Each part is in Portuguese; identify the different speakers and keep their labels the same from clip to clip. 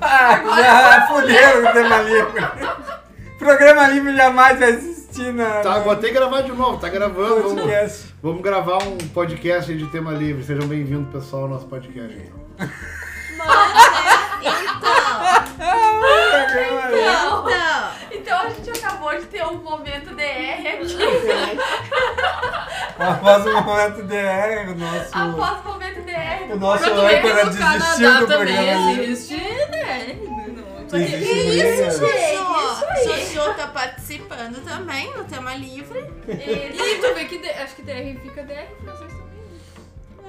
Speaker 1: Ah,
Speaker 2: tá
Speaker 1: já fudeu o tema livre. Programa livre jamais vai existir na.
Speaker 3: Tá,
Speaker 1: no
Speaker 3: botei gravar de novo, tá gravando. Vamos,
Speaker 1: podcast.
Speaker 3: vamos gravar um podcast de tema livre. Sejam bem-vindos, pessoal, ao nosso podcast. então.
Speaker 2: Então,
Speaker 1: Ah, Programa livre.
Speaker 2: então.
Speaker 4: Então a gente acabou de ter um momento DR aqui.
Speaker 1: Após o momento DR, o nosso.
Speaker 4: Após o momento DR.
Speaker 1: O nosso
Speaker 4: Eu também
Speaker 1: âncora
Speaker 4: penso, cara,
Speaker 1: desistiu do programa livre.
Speaker 2: existe, né? assim, Não-
Speaker 1: Existe
Speaker 2: isso,
Speaker 1: mesmo.
Speaker 2: gente? Sochô tá participando também no tema livre.
Speaker 4: E e tu vê que D- acho que DR fica DR em francês também.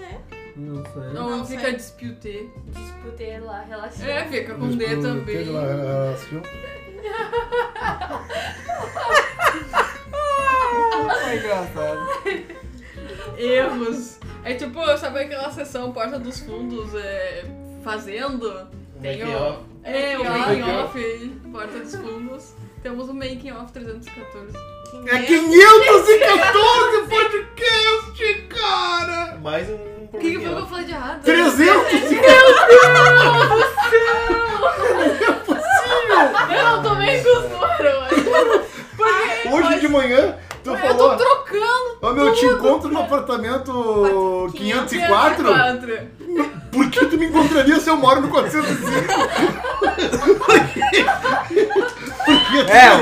Speaker 4: né?
Speaker 2: É.
Speaker 1: Não sei.
Speaker 2: Não
Speaker 4: Não
Speaker 2: sei.
Speaker 4: fica disputé. Disputé lá, relação.
Speaker 2: É, fica com D
Speaker 3: Tudo
Speaker 2: também.
Speaker 3: pela relação.
Speaker 1: Ah, Foi engraçado.
Speaker 2: Erros. É tipo, sabe aquela sessão Porta dos Fundos é, fazendo? Tem o. É, o
Speaker 4: Um Making
Speaker 2: making off aí, Porta dos Fundos. Temos o making off 314.
Speaker 3: É 514 podcast, cara!
Speaker 5: Mais um
Speaker 2: O que, que foi que eu falei de errado?
Speaker 3: 300!
Speaker 2: Não, também com os números.
Speaker 3: Hoje de manhã, tu
Speaker 2: Eu tô
Speaker 3: falou...
Speaker 2: trocando
Speaker 3: Ô meu, te encontro no apartamento 504?
Speaker 2: 504.
Speaker 3: Por que tu me encontraria se eu moro no 405?
Speaker 1: É,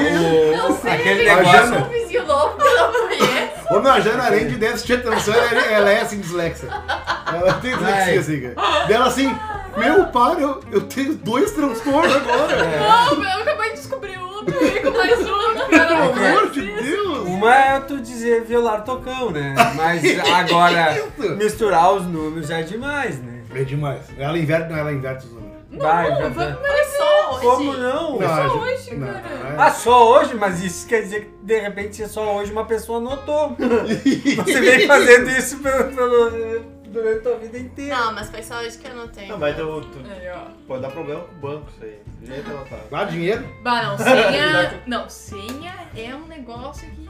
Speaker 1: o.
Speaker 4: Não sei,
Speaker 1: Aquele
Speaker 4: ele
Speaker 1: negócio.
Speaker 4: é um vizinho novo que eu não conheço.
Speaker 3: Ô meu, a Jana, além de déficit de atenção, ela, ela é assim, dislexia. Ela tem
Speaker 1: Ai.
Speaker 3: dislexia, assim, cara. Dela assim, meu, para, eu, eu tenho dois transtornos agora.
Speaker 1: É.
Speaker 2: Não, eu acabei de descobrir outro, e com mais um, cara.
Speaker 3: Pelo
Speaker 1: É
Speaker 3: amor de Deus.
Speaker 1: Uma é tu dizer violar tocão, né? Mas agora
Speaker 3: Isso.
Speaker 1: misturar os números já é demais, né?
Speaker 3: É demais. Ela inverte, não, ela inverte os números.
Speaker 1: Vai,
Speaker 2: Não, foi
Speaker 1: vai.
Speaker 2: mais
Speaker 4: Só hoje.
Speaker 1: Como não? é
Speaker 3: Não, é. a
Speaker 2: hoje,
Speaker 3: gente- não, é.
Speaker 2: cara.
Speaker 1: Ah, só hoje? Mas isso quer dizer que de repente é só hoje uma pessoa notou. Você vem fazendo isso pelo- pelo- durante a tua vida inteira.
Speaker 6: Não, mas foi só hoje que eu não tenho.
Speaker 5: Não, mas tu, Então, tu-
Speaker 2: Aí, ó.
Speaker 5: pode dar problema com o banco isso aí. De jeito não tá.
Speaker 3: Dá dinheiro?
Speaker 2: Bah, não, senha. não, senha é um negócio que.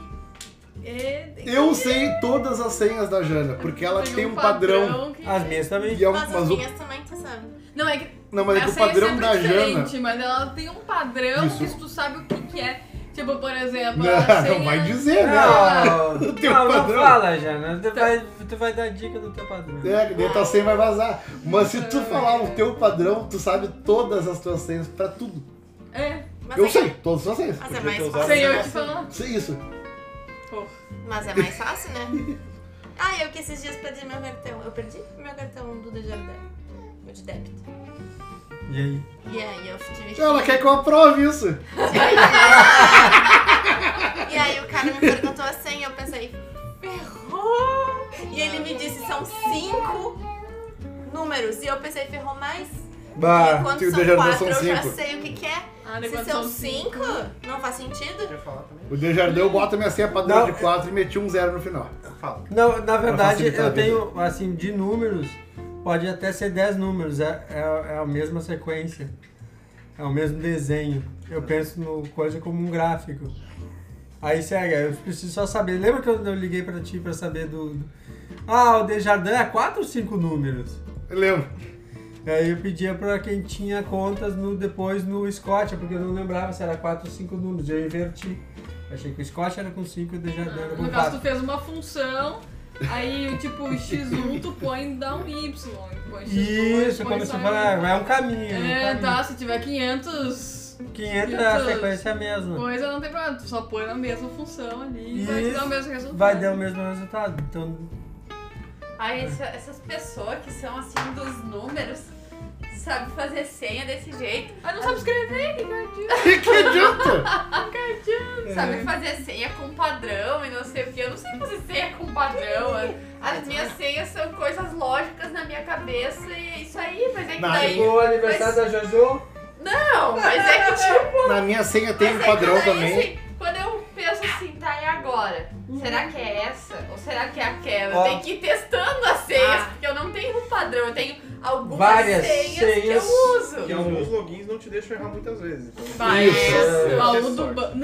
Speaker 2: É,
Speaker 3: Eu sei todas as senhas da Jana, porque ela tem um padrão.
Speaker 2: que-
Speaker 1: As minhas também.
Speaker 3: E é um,
Speaker 6: Mas as
Speaker 3: mas o,
Speaker 6: minhas também, tá tu sabe.
Speaker 2: Não, é que.
Speaker 3: não, mas é que
Speaker 2: a
Speaker 3: o
Speaker 2: senha
Speaker 3: padrão
Speaker 2: sempre
Speaker 3: da Jana.
Speaker 2: diferente, né? mas ela tem um padrão
Speaker 3: Isso.
Speaker 2: que tu sabe o que, que é. Tipo, por exemplo, a
Speaker 3: Não,
Speaker 2: senha.
Speaker 3: não vai dizer,
Speaker 1: Ah,
Speaker 3: né?
Speaker 1: Não,
Speaker 3: O teu
Speaker 1: não, não
Speaker 3: padrão.
Speaker 1: fala, Jana. Tu vai, tu vai dar dica do teu padrão.
Speaker 3: É, que daí tua senha vai vazar. Mas se
Speaker 6: É.
Speaker 3: tu falar o teu padrão, tu sabe todas as tuas senhas pra tudo.
Speaker 2: É,
Speaker 6: Mas
Speaker 3: Eu
Speaker 6: é-
Speaker 3: sei, todas as tuas senhas.
Speaker 6: Mas é
Speaker 5: Podia
Speaker 6: mais
Speaker 5: ter usado
Speaker 6: fácil.
Speaker 2: sem eu
Speaker 6: né?
Speaker 2: te falar. ah,
Speaker 3: Sei isso.
Speaker 2: Porra.
Speaker 6: Mas é mais fácil, né? Ah, eu que esses dias perdi meu cartão. Eu perdi meu cartão do Desjardins. Meu de débito.
Speaker 1: E aí?
Speaker 6: E aí eu tive que...
Speaker 3: Ela quer que eu aprove isso.
Speaker 6: E aí o cara me perguntou a senha, eu pensei, ferrou! E ele me disse, são cinco números. E eu pensei, ferrou mais?
Speaker 1: Bah,
Speaker 6: e quando
Speaker 3: tio
Speaker 6: são
Speaker 3: Desjardins
Speaker 6: quatro,
Speaker 3: são
Speaker 6: eu já
Speaker 3: cinco.
Speaker 6: sei o que, que é.
Speaker 2: Ah,
Speaker 6: Se
Speaker 2: negócio
Speaker 6: são
Speaker 2: são
Speaker 6: cinco, não faz sentido.
Speaker 5: Quer falar também?
Speaker 3: O Desjardins eu boto a minha senha padrão
Speaker 1: Não.
Speaker 3: de 4 e meti um zero no final.
Speaker 5: Fala.
Speaker 1: Não, na verdade,
Speaker 3: facilitar a
Speaker 1: eu
Speaker 3: vida.
Speaker 1: tenho, assim, de números, pode até ser 10 números, é, é, é a mesma sequência, é o mesmo desenho. Eu penso no coisa como um gráfico. Aí segue, eu preciso só saber. Lembra que eu, eu liguei pra ti pra saber do. do- Ah, o Desjardins é 4 ou 5 números?
Speaker 3: Eu lembro.
Speaker 1: Aí eu pedia pra quem tinha contas no, depois no Scott, porque eu não lembrava se era 4 ou 5 números, eu inverti. Achei que o Scott era com 5 e o Desjardins era com
Speaker 2: No caso,
Speaker 1: 4.
Speaker 2: tu fez uma função, aí tipo o X1 tu põe dá um Y. tu põe X1,
Speaker 1: Isso,
Speaker 2: põe
Speaker 1: começou
Speaker 2: só
Speaker 1: a
Speaker 2: um.
Speaker 1: falar, é um caminho. um
Speaker 2: É,
Speaker 1: caminho.
Speaker 2: tá, se tiver 500
Speaker 1: 500
Speaker 2: 500.
Speaker 1: é a sequência mesma.
Speaker 2: coisa, não tem problema. Tu só põe na mesma função ali e vai te
Speaker 1: Isso.
Speaker 2: dar o mesmo resultado.
Speaker 1: Vai dar um- o mesmo resultado. Então,
Speaker 4: Aí essa- essas pessoas que são assim dos números, sabe fazer senha desse jeito.
Speaker 2: Ah, não sabe escrever, Ricardinho.
Speaker 3: Que, que adianta?
Speaker 4: Sabe fazer senha com padrão e não sei o que. Eu não sei fazer senha com padrão. As minhas senhas são coisas lógicas na minha cabeça e é isso aí, mas é que
Speaker 3: Não,
Speaker 4: daí.
Speaker 1: o aniversário da Jojo.
Speaker 4: Não, mas é que tipo.
Speaker 3: Na minha senha tem
Speaker 4: mas
Speaker 3: um
Speaker 4: é que
Speaker 3: padrão
Speaker 4: daí,
Speaker 3: também.
Speaker 4: assim, quando eu penso assim, tá, e agora? Será que é essa? Ou será que é aquela?
Speaker 1: Ó.
Speaker 4: Eu tenho que ir testando as senhas,
Speaker 6: Ah.
Speaker 4: porque eu não tenho um padrão. Eu tenho algumas
Speaker 1: Várias
Speaker 4: senhas, que
Speaker 1: senhas.
Speaker 4: eu uso.
Speaker 5: E alguns logins não te deixam errar muitas vezes. Então,
Speaker 2: Vai,
Speaker 3: Isso,
Speaker 2: esse
Speaker 1: é.
Speaker 2: baú
Speaker 5: Isso é
Speaker 2: do
Speaker 5: sorte.
Speaker 2: banco.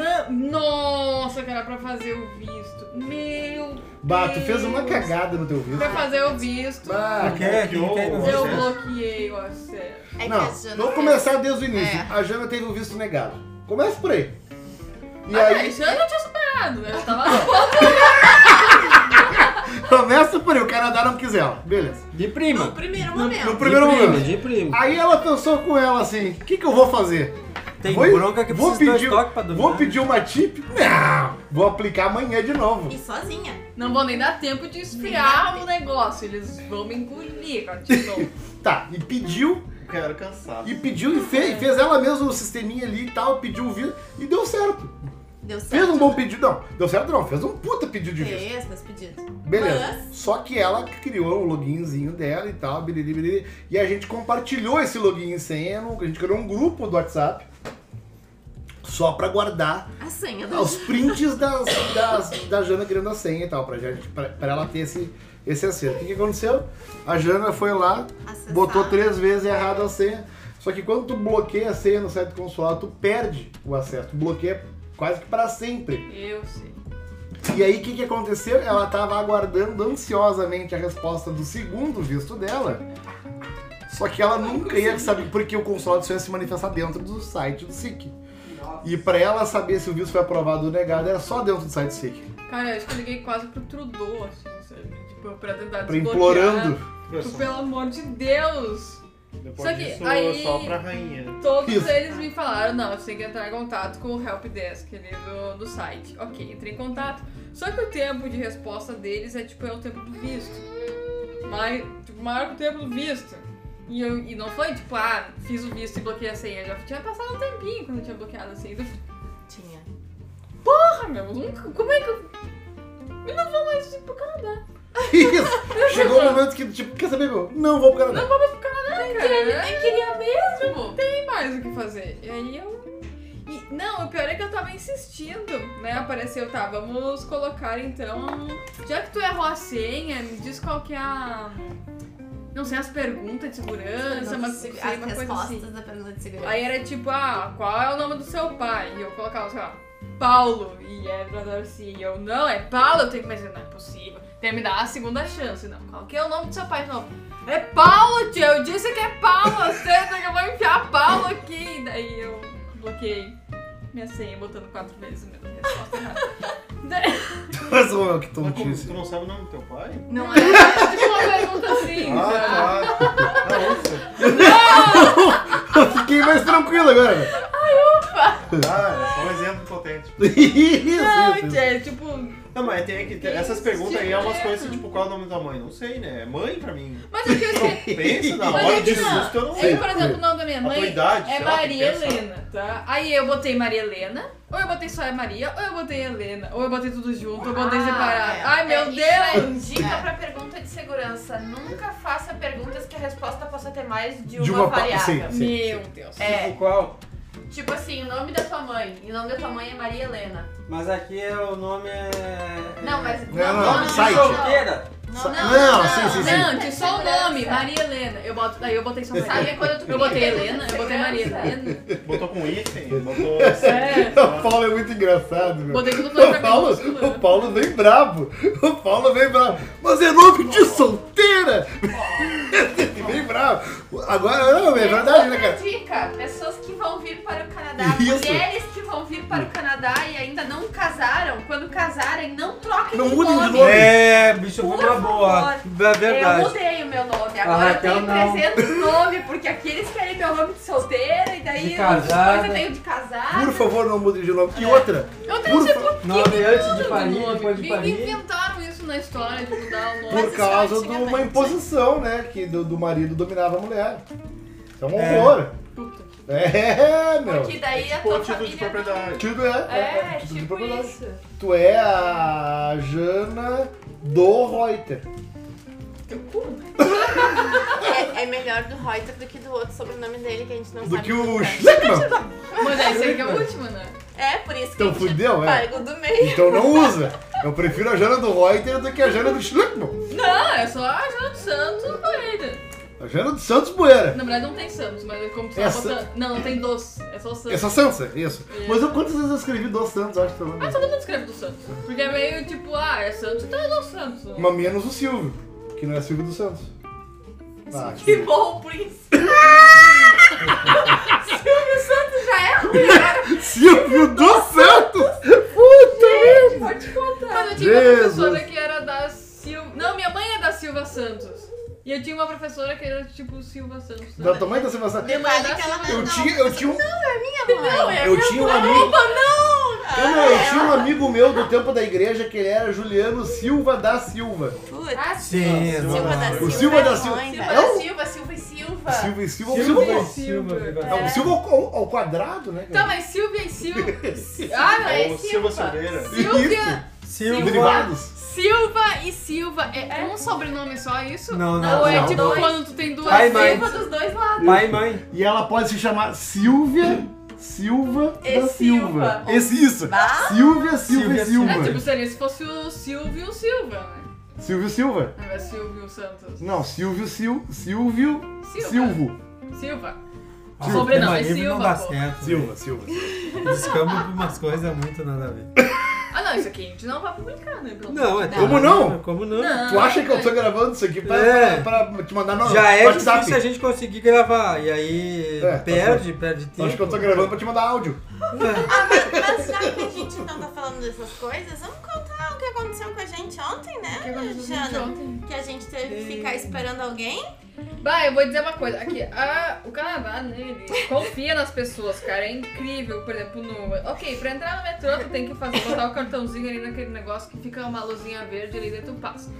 Speaker 2: Nossa, cara, pra fazer o visto. Meu.
Speaker 3: Bah, tu fez uma
Speaker 2: Deus.
Speaker 3: cagada no teu vídeo.
Speaker 6: É
Speaker 2: Pra fazer o visto,
Speaker 3: Bah,
Speaker 1: Quem é? Quem tem no
Speaker 2: eu
Speaker 1: processo?
Speaker 2: bloqueei o acesso.
Speaker 6: É que a
Speaker 3: não,
Speaker 6: Jana
Speaker 3: vamos
Speaker 6: fez-
Speaker 3: começar desde o início.
Speaker 6: É.
Speaker 3: A Jana teve o visto negado. Começa por aí. E
Speaker 2: ah,
Speaker 3: aí,
Speaker 2: isso eu não tinha superado, né? Eu tava lá.
Speaker 3: começa por aí. O Canadá não quis ela. Beleza.
Speaker 1: De
Speaker 6: No
Speaker 1: prima.
Speaker 6: primeiro momento.
Speaker 3: No primeiro
Speaker 1: de prima,
Speaker 3: momento.
Speaker 1: De prima.
Speaker 3: Aí ela pensou com ela assim: o que, que eu vou fazer?
Speaker 1: Tem
Speaker 3: Vou-
Speaker 1: bronca que
Speaker 3: vou
Speaker 1: precisa de
Speaker 3: pedir,
Speaker 1: estoque pra né? dominar.
Speaker 3: Vou pedir uma tip? Não! Vou aplicar amanhã de novo.
Speaker 6: E sozinha.
Speaker 2: Não vou nem dar tempo de esfriar o negócio. Eles vão me engolir com a Titão.
Speaker 3: Tá, e pediu,
Speaker 5: Quero cansado.
Speaker 3: e pediu, e fez, fez ela mesma o sisteminha ali e tal, pediu o visto, e deu certo.
Speaker 6: Deu certo.
Speaker 3: Fez um bom pedido, não. Deu certo não, fez um puta pedido de visto.
Speaker 6: Fez, fez pedido.
Speaker 3: Beleza. Só que ela criou o loginzinho dela e tal, biriri, biriri, e a gente compartilhou esse login e senha, no- a gente criou um grupo do WhatsApp só pra guardar
Speaker 6: A senha do
Speaker 3: Ah, os prints das, das- da Jana criando a senha e tal, pra, gente, pra, pra ela ter esse, esse acerto. O que, que aconteceu? A Jana foi lá,
Speaker 6: Acessar.
Speaker 3: botou três vezes errado a senha. Só que quando tu bloqueia a senha no site do consulado, tu perde o acesso. Tu bloqueia quase que pra sempre.
Speaker 2: Eu sei.
Speaker 3: E aí, o que, que aconteceu? Ela estava aguardando ansiosamente a resposta do segundo visto dela. Só que ela nunca ia saber, porque o consulado só ia se manifestar dentro do site do SIC. E pra ela saber se o visto foi aprovado ou negado, era só dentro do site do SIC.
Speaker 2: Cara, eu acho que eu liguei quase pro Trudeau, assim, sabe? Tipo, pra tentar
Speaker 3: Pra
Speaker 2: desbloquear.
Speaker 3: implorando.
Speaker 2: Tipo, pelo amor de Deus!
Speaker 5: Depois
Speaker 2: Só que
Speaker 5: disso,
Speaker 2: aí-
Speaker 5: só pra rainha.
Speaker 2: Todos
Speaker 3: Isso.
Speaker 2: eles me falaram, não, você tem que entrar em contato com o helpdesk ali do, do site. Ok, entrei em contato. Só que o tempo de resposta deles é tipo, é o tempo do visto. Mas, tipo, maior que o tempo do visto. E, eu, e não foi tipo, ah, fiz o visto e bloqueei a senha. Já tinha passado um tempinho quando eu tinha bloqueado a senha. Eu falei,
Speaker 6: Tinha.
Speaker 2: Porra, meu, nunca- como é que eu. Eu não vou mais tipo, ir pro Canadá.
Speaker 3: Isso! Chegou o momento que, tipo, quer saber, meu? Não vou pro Canadá.
Speaker 2: Não vou mais pro Canadá, cara.
Speaker 4: Eu queria mesmo.
Speaker 2: tem mais o que fazer. E aí eu. E- não, o pior é que eu tava insistindo, né? Apareceu, tá, vamos colocar então. Já que tu errou a senha, me diz qual que é a. Não sei, as perguntas de segurança, mas sei,
Speaker 6: as
Speaker 2: uma coisa assim.
Speaker 6: respostas da pergunta de segurança.
Speaker 2: Aí era tipo, ah, qual é o nome do seu pai? E eu colocava, sei lá, Paulo. E era Darcy. E eu, não, é Paulo? Eu tenho que pensar, não é possível. Tem que me dar a segunda chance. Não, qual que é o nome do seu pai de novo? É Paulo, tia. Eu disse que é Paulo. Acerta que eu vou enfiar Paulo aqui. E daí eu bloqueei minha senha, botando quatro vezes a mesma resposta errada. Daí-
Speaker 3: Mas, ô, que
Speaker 5: Mas como, tu
Speaker 3: tontice.
Speaker 5: não sabe o nome do teu pai?
Speaker 2: Não é tipo uma pergunta assim, sabe?
Speaker 5: Ah, tá. Ah,
Speaker 3: Eu fiquei mais tranquilo agora, velho.
Speaker 5: ufa. Ah, é só um exemplo potente.
Speaker 3: Isso,
Speaker 2: Não, tia,
Speaker 3: isso, isso.
Speaker 2: é tipo.
Speaker 5: Não, mas tem que ter essas perguntas aí é umas coisas tipo, qual é o nome da mãe? Não sei, né? É mãe pra mim.
Speaker 2: Mas é que eu esqueci.
Speaker 5: Pensa na
Speaker 2: Mas é
Speaker 5: hora de
Speaker 2: que não.
Speaker 5: susto, eu não
Speaker 2: É
Speaker 5: sei.
Speaker 2: que, por exemplo, o nome da minha
Speaker 5: A tua
Speaker 2: mãe
Speaker 5: idade,
Speaker 2: é
Speaker 5: sei lá, tem que
Speaker 2: Maria
Speaker 5: pensar.
Speaker 2: Helena, tá? Aí eu botei Maria Helena, ou eu botei só é Maria, ou eu botei Helena, ou eu botei tudo junto, ou eu botei
Speaker 4: Ah,
Speaker 2: separado.
Speaker 4: é.
Speaker 2: Ai, meu
Speaker 4: É,
Speaker 2: Deus!
Speaker 4: Isso é dica pra pergunta de segurança. Nunca faça perguntas que a resposta possa ter mais de uma,
Speaker 3: De uma pa-
Speaker 4: variável.
Speaker 3: sim.
Speaker 2: Meu Deus.
Speaker 4: É,
Speaker 1: Qual?
Speaker 4: tipo assim, o nome da tua mãe. E o nome da tua mãe é Maria Helena.
Speaker 1: Mas aqui é, o nome é...
Speaker 4: Não, mas...
Speaker 3: Não, não,
Speaker 4: nome
Speaker 1: Nome
Speaker 4: de
Speaker 1: de
Speaker 3: site.
Speaker 4: solteiro.
Speaker 1: solteira.
Speaker 3: Sa-
Speaker 4: não,
Speaker 3: não,
Speaker 4: não.
Speaker 3: sim, sim, sim.
Speaker 2: Não, tinha só o nome, Maria Helena. Eu boto, daí eu botei só
Speaker 4: Sabe é
Speaker 2: Maria.
Speaker 4: quando tu
Speaker 2: Eu botei
Speaker 4: cria
Speaker 2: Helena, eu botei Maria
Speaker 3: É
Speaker 2: Helena.
Speaker 5: Botou com item, botou.
Speaker 2: É.
Speaker 3: O Paulo é muito engraçado, meu.
Speaker 2: Botei tudo
Speaker 3: O
Speaker 2: pra
Speaker 3: Paulo, o Paulo vem brabo. O Paulo vem brabo. Mas é nome de solteira. Ele vem bravo. Agora, não, é verdade, né,
Speaker 4: Outra
Speaker 3: cara?
Speaker 4: dica, pessoas que vão vir para o Canadá,
Speaker 3: Isso. Hum.
Speaker 4: mulheres que vão vir para o Canadá e ainda não casaram, quando casarem, não troquem
Speaker 3: Não
Speaker 4: de
Speaker 3: mudem de
Speaker 4: nome.
Speaker 3: nome.
Speaker 1: É, bicho, eu vou
Speaker 4: Por
Speaker 1: uma boa. É
Speaker 4: Eu
Speaker 1: verdade. Ah,
Speaker 4: mudei o meu nome,
Speaker 1: A
Speaker 4: agora eu
Speaker 1: Raquel
Speaker 4: tenho
Speaker 1: não.
Speaker 4: 300 nomes, porque aqui eles querem meu nome de solteira, e daí
Speaker 1: De
Speaker 4: depois
Speaker 1: casada.
Speaker 4: eu tenho de casar.
Speaker 3: Por favor, não mude de nome. E outra,
Speaker 2: Eu tenho
Speaker 3: por,
Speaker 2: certeza
Speaker 3: fa-
Speaker 1: Nome antes de
Speaker 2: do
Speaker 1: Paris, depois
Speaker 2: nome.
Speaker 1: de Paris.
Speaker 2: Inventaram isso na história de mudar o nome.
Speaker 3: por
Speaker 6: isso
Speaker 3: causa de
Speaker 6: antigamente.
Speaker 3: uma imposição, né? Que do, do marido dominava a mulher. Isso é um
Speaker 1: É.
Speaker 3: horror.
Speaker 2: Puta que
Speaker 3: É, meu.
Speaker 4: Porque daí a
Speaker 5: Pô,
Speaker 4: tua
Speaker 5: tipo título de
Speaker 4: família...
Speaker 5: propriedade.
Speaker 3: Tudo é.
Speaker 4: É,
Speaker 3: título de
Speaker 4: tipo
Speaker 3: propriedade.
Speaker 4: isso.
Speaker 3: Tu é a Jana do Reuter.
Speaker 2: teu cu, né?
Speaker 6: É, é melhor do Reuter do que do outro sobrenome dele, que a gente não
Speaker 3: Do
Speaker 6: sabe. é.
Speaker 3: que o
Speaker 6: pronunciar.
Speaker 3: Schlickman.
Speaker 2: Mas essa aqui é a última, né?
Speaker 6: É, por isso que
Speaker 3: Então
Speaker 6: eu tinha
Speaker 3: fudeu, é.
Speaker 6: pago do meio.
Speaker 3: Então não usa. Eu prefiro a Jana do Reuter do que a Jana do Schlickman.
Speaker 2: Não, é só a Jana dos Santos Moreira.
Speaker 3: A Jana do Santos Poeira.
Speaker 2: Na verdade não tem Santos, mas como tu
Speaker 3: É
Speaker 2: tá
Speaker 3: San-
Speaker 2: botando. Não, não tem doce. É só Santos.
Speaker 3: Essa Sansa, isso.
Speaker 6: É.
Speaker 3: Mas eu quantas vezes eu escrevi do Santos, acho que tá eu
Speaker 2: Mas Ah, todo mundo escreve do Santos. Porque é meio tipo, ah, é Santos, então é do Santos.
Speaker 3: Mas menos o Silvio, que não é Silvio dos Santos. Ah,
Speaker 4: Que
Speaker 3: que...
Speaker 4: bom, por isso. Silvio Santos já é ruim, agora
Speaker 3: Silvio dos Santos!
Speaker 4: pode contar.
Speaker 2: Quando eu tinha uma
Speaker 3: Jesus.
Speaker 2: professora que era da Silva. Não, minha mãe é da Silva Santos. E eu tinha uma professora que era tipo Silva Santos.
Speaker 3: Da
Speaker 2: também.
Speaker 3: tua mãe da Silvia Santos.
Speaker 6: Detalhe que ela não é
Speaker 3: Eu
Speaker 6: não,
Speaker 3: tinha, eu tinha um,
Speaker 6: não, é.
Speaker 3: eu tinha um
Speaker 2: Ah,
Speaker 3: amigo. Eu, não, eu tinha um amigo meu do tempo da igreja que ele era Juliano Silva da Silva.
Speaker 6: Putz,
Speaker 1: Sim,
Speaker 6: Silva da Silva.
Speaker 3: O Ah, Silva da
Speaker 6: é
Speaker 3: Silva.
Speaker 6: ruim,
Speaker 4: Silva
Speaker 6: velho.
Speaker 3: um
Speaker 4: da Silva, Silva e Silva.
Speaker 3: Silva e Silva.
Speaker 1: Silva,
Speaker 3: Silva,
Speaker 1: Silva,
Speaker 3: Silva,
Speaker 1: Silva, Silva.
Speaker 3: é. o Silva ao, ao quadrado, né?
Speaker 2: Tá,
Speaker 3: cara?
Speaker 2: mas Silvia e Silva.
Speaker 4: Ah, não, é
Speaker 5: Ou Silva
Speaker 4: Silva.
Speaker 5: Silveira.
Speaker 2: Silvia.
Speaker 1: Silva.
Speaker 3: Derivados.
Speaker 2: Silva e Silva. É, um sobrenome só isso?
Speaker 1: Não,
Speaker 2: Ou
Speaker 1: não.
Speaker 2: é
Speaker 1: não.
Speaker 2: tipo
Speaker 4: dois.
Speaker 2: quando tu tem duas
Speaker 1: Ai, mãe.
Speaker 4: Silva dos dois lados.
Speaker 1: Pai e mãe.
Speaker 3: E ela pode se chamar Silvia Silva
Speaker 4: E
Speaker 3: da Silva.
Speaker 4: Silva.
Speaker 3: Esse, isso.
Speaker 6: Bah.
Speaker 3: Silvia Silva
Speaker 1: Silvia
Speaker 3: e
Speaker 2: É
Speaker 3: Silva.
Speaker 2: tipo, seria se fosse o Silvio Silva, né?
Speaker 3: Silvio Silva.
Speaker 2: Não é Silvio Santos.
Speaker 3: Não, Silvio Sil, Silvio
Speaker 2: Silva.
Speaker 3: Silvo.
Speaker 2: Silva.
Speaker 1: Ah,
Speaker 2: Sobrenome
Speaker 1: tema livre
Speaker 2: Silva,
Speaker 1: não dá
Speaker 2: pô.
Speaker 1: certo. né?
Speaker 3: Silva, Silva.
Speaker 1: Descamba pra umas coisas muito nada a ver.
Speaker 2: Ah, não, isso aqui a gente não vai publicar, né? Pelo
Speaker 1: Não, é
Speaker 3: Como não?
Speaker 1: Como não?
Speaker 2: Não.
Speaker 3: Tu acha que eu tô gravando isso aqui pra,
Speaker 1: É.
Speaker 3: pra- pra te mandar no
Speaker 1: Já é
Speaker 3: WhatsApp?
Speaker 1: difícil a gente conseguir gravar. E aí
Speaker 3: É, tá
Speaker 1: perde, perde
Speaker 3: Tu
Speaker 1: tempo. É.
Speaker 3: acha que eu tô gravando pra te mandar áudio?
Speaker 6: Ah, mas, mas já que a gente não tá falando dessas coisas, vamos contar o que aconteceu com a gente ontem, né, Jana? Que a gente teve que ficar esperando alguém.
Speaker 2: Bah, eu vou dizer uma coisa. Aqui, a- o Canadá, né, ele confia nas pessoas, cara. É incrível, por exemplo, no. Ok, pra entrar no metrô, tu tem que fazer, botar o cartãozinho ali naquele negócio que fica uma luzinha verde ali dentro tu passa.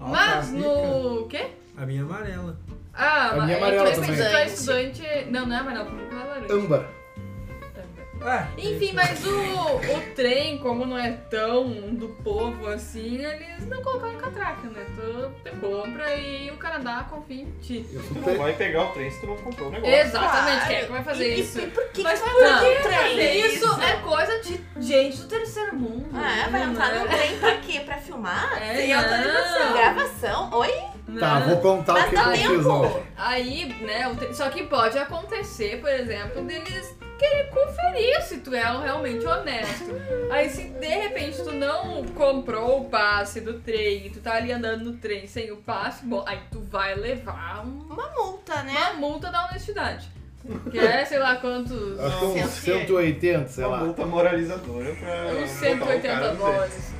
Speaker 1: Ó,
Speaker 2: Mas
Speaker 1: tá,
Speaker 2: no. quê?
Speaker 1: fica. A minha é amarela.
Speaker 2: Ah,
Speaker 3: A
Speaker 2: mas
Speaker 3: minha amarela
Speaker 2: tu, é
Speaker 3: também.
Speaker 2: estudante, estudante. Não, não é amarelo, porque não é laranja. Tá,
Speaker 3: Âmbar.
Speaker 1: Ah,
Speaker 2: Enfim,
Speaker 1: isso.
Speaker 2: mas o, o trem, como não é tão do povo assim, eles não colocaram catraca, né? Tu, tu compra e o Canadá confia em ti.
Speaker 3: Eu sou
Speaker 5: Tu não
Speaker 3: te-
Speaker 5: vai pegar o trem se tu não comprou o negócio.
Speaker 2: Exatamente, quem é que vai fazer
Speaker 6: E- e-
Speaker 2: isso?
Speaker 6: E por que,
Speaker 2: Mas
Speaker 6: que
Speaker 2: por
Speaker 6: vai
Speaker 2: que
Speaker 6: entrar no trem?
Speaker 2: Isso é coisa de gente do terceiro mundo.
Speaker 6: Ah, vai entrar no trem pra quê? Pra filmar?
Speaker 2: É,
Speaker 6: Sem autorização.
Speaker 2: não.
Speaker 6: Gravação? Oi?
Speaker 2: no.
Speaker 3: Tá, vou contar
Speaker 6: Mas
Speaker 3: o que
Speaker 6: dá
Speaker 3: aconteceu.
Speaker 6: tempo.
Speaker 2: Aí, né, o te- só que pode acontecer, por exemplo, deles querer conferir se tu é realmente honesto. Aí se de repente tu não comprou o passe do trem, tu tá ali andando no trem sem o passe, bom, aí tu vai levar um-
Speaker 6: Uma multa, né?
Speaker 2: uma multa da honestidade. Que é, sei lá quantos...
Speaker 3: Acho que é uns
Speaker 6: Cento e
Speaker 3: 180,
Speaker 6: oitenta.
Speaker 3: sei
Speaker 5: Uma
Speaker 3: lá.
Speaker 5: multa moralizadora pra.
Speaker 2: Uns
Speaker 5: É, botar o cara
Speaker 2: 180
Speaker 5: no trem.
Speaker 2: dólares.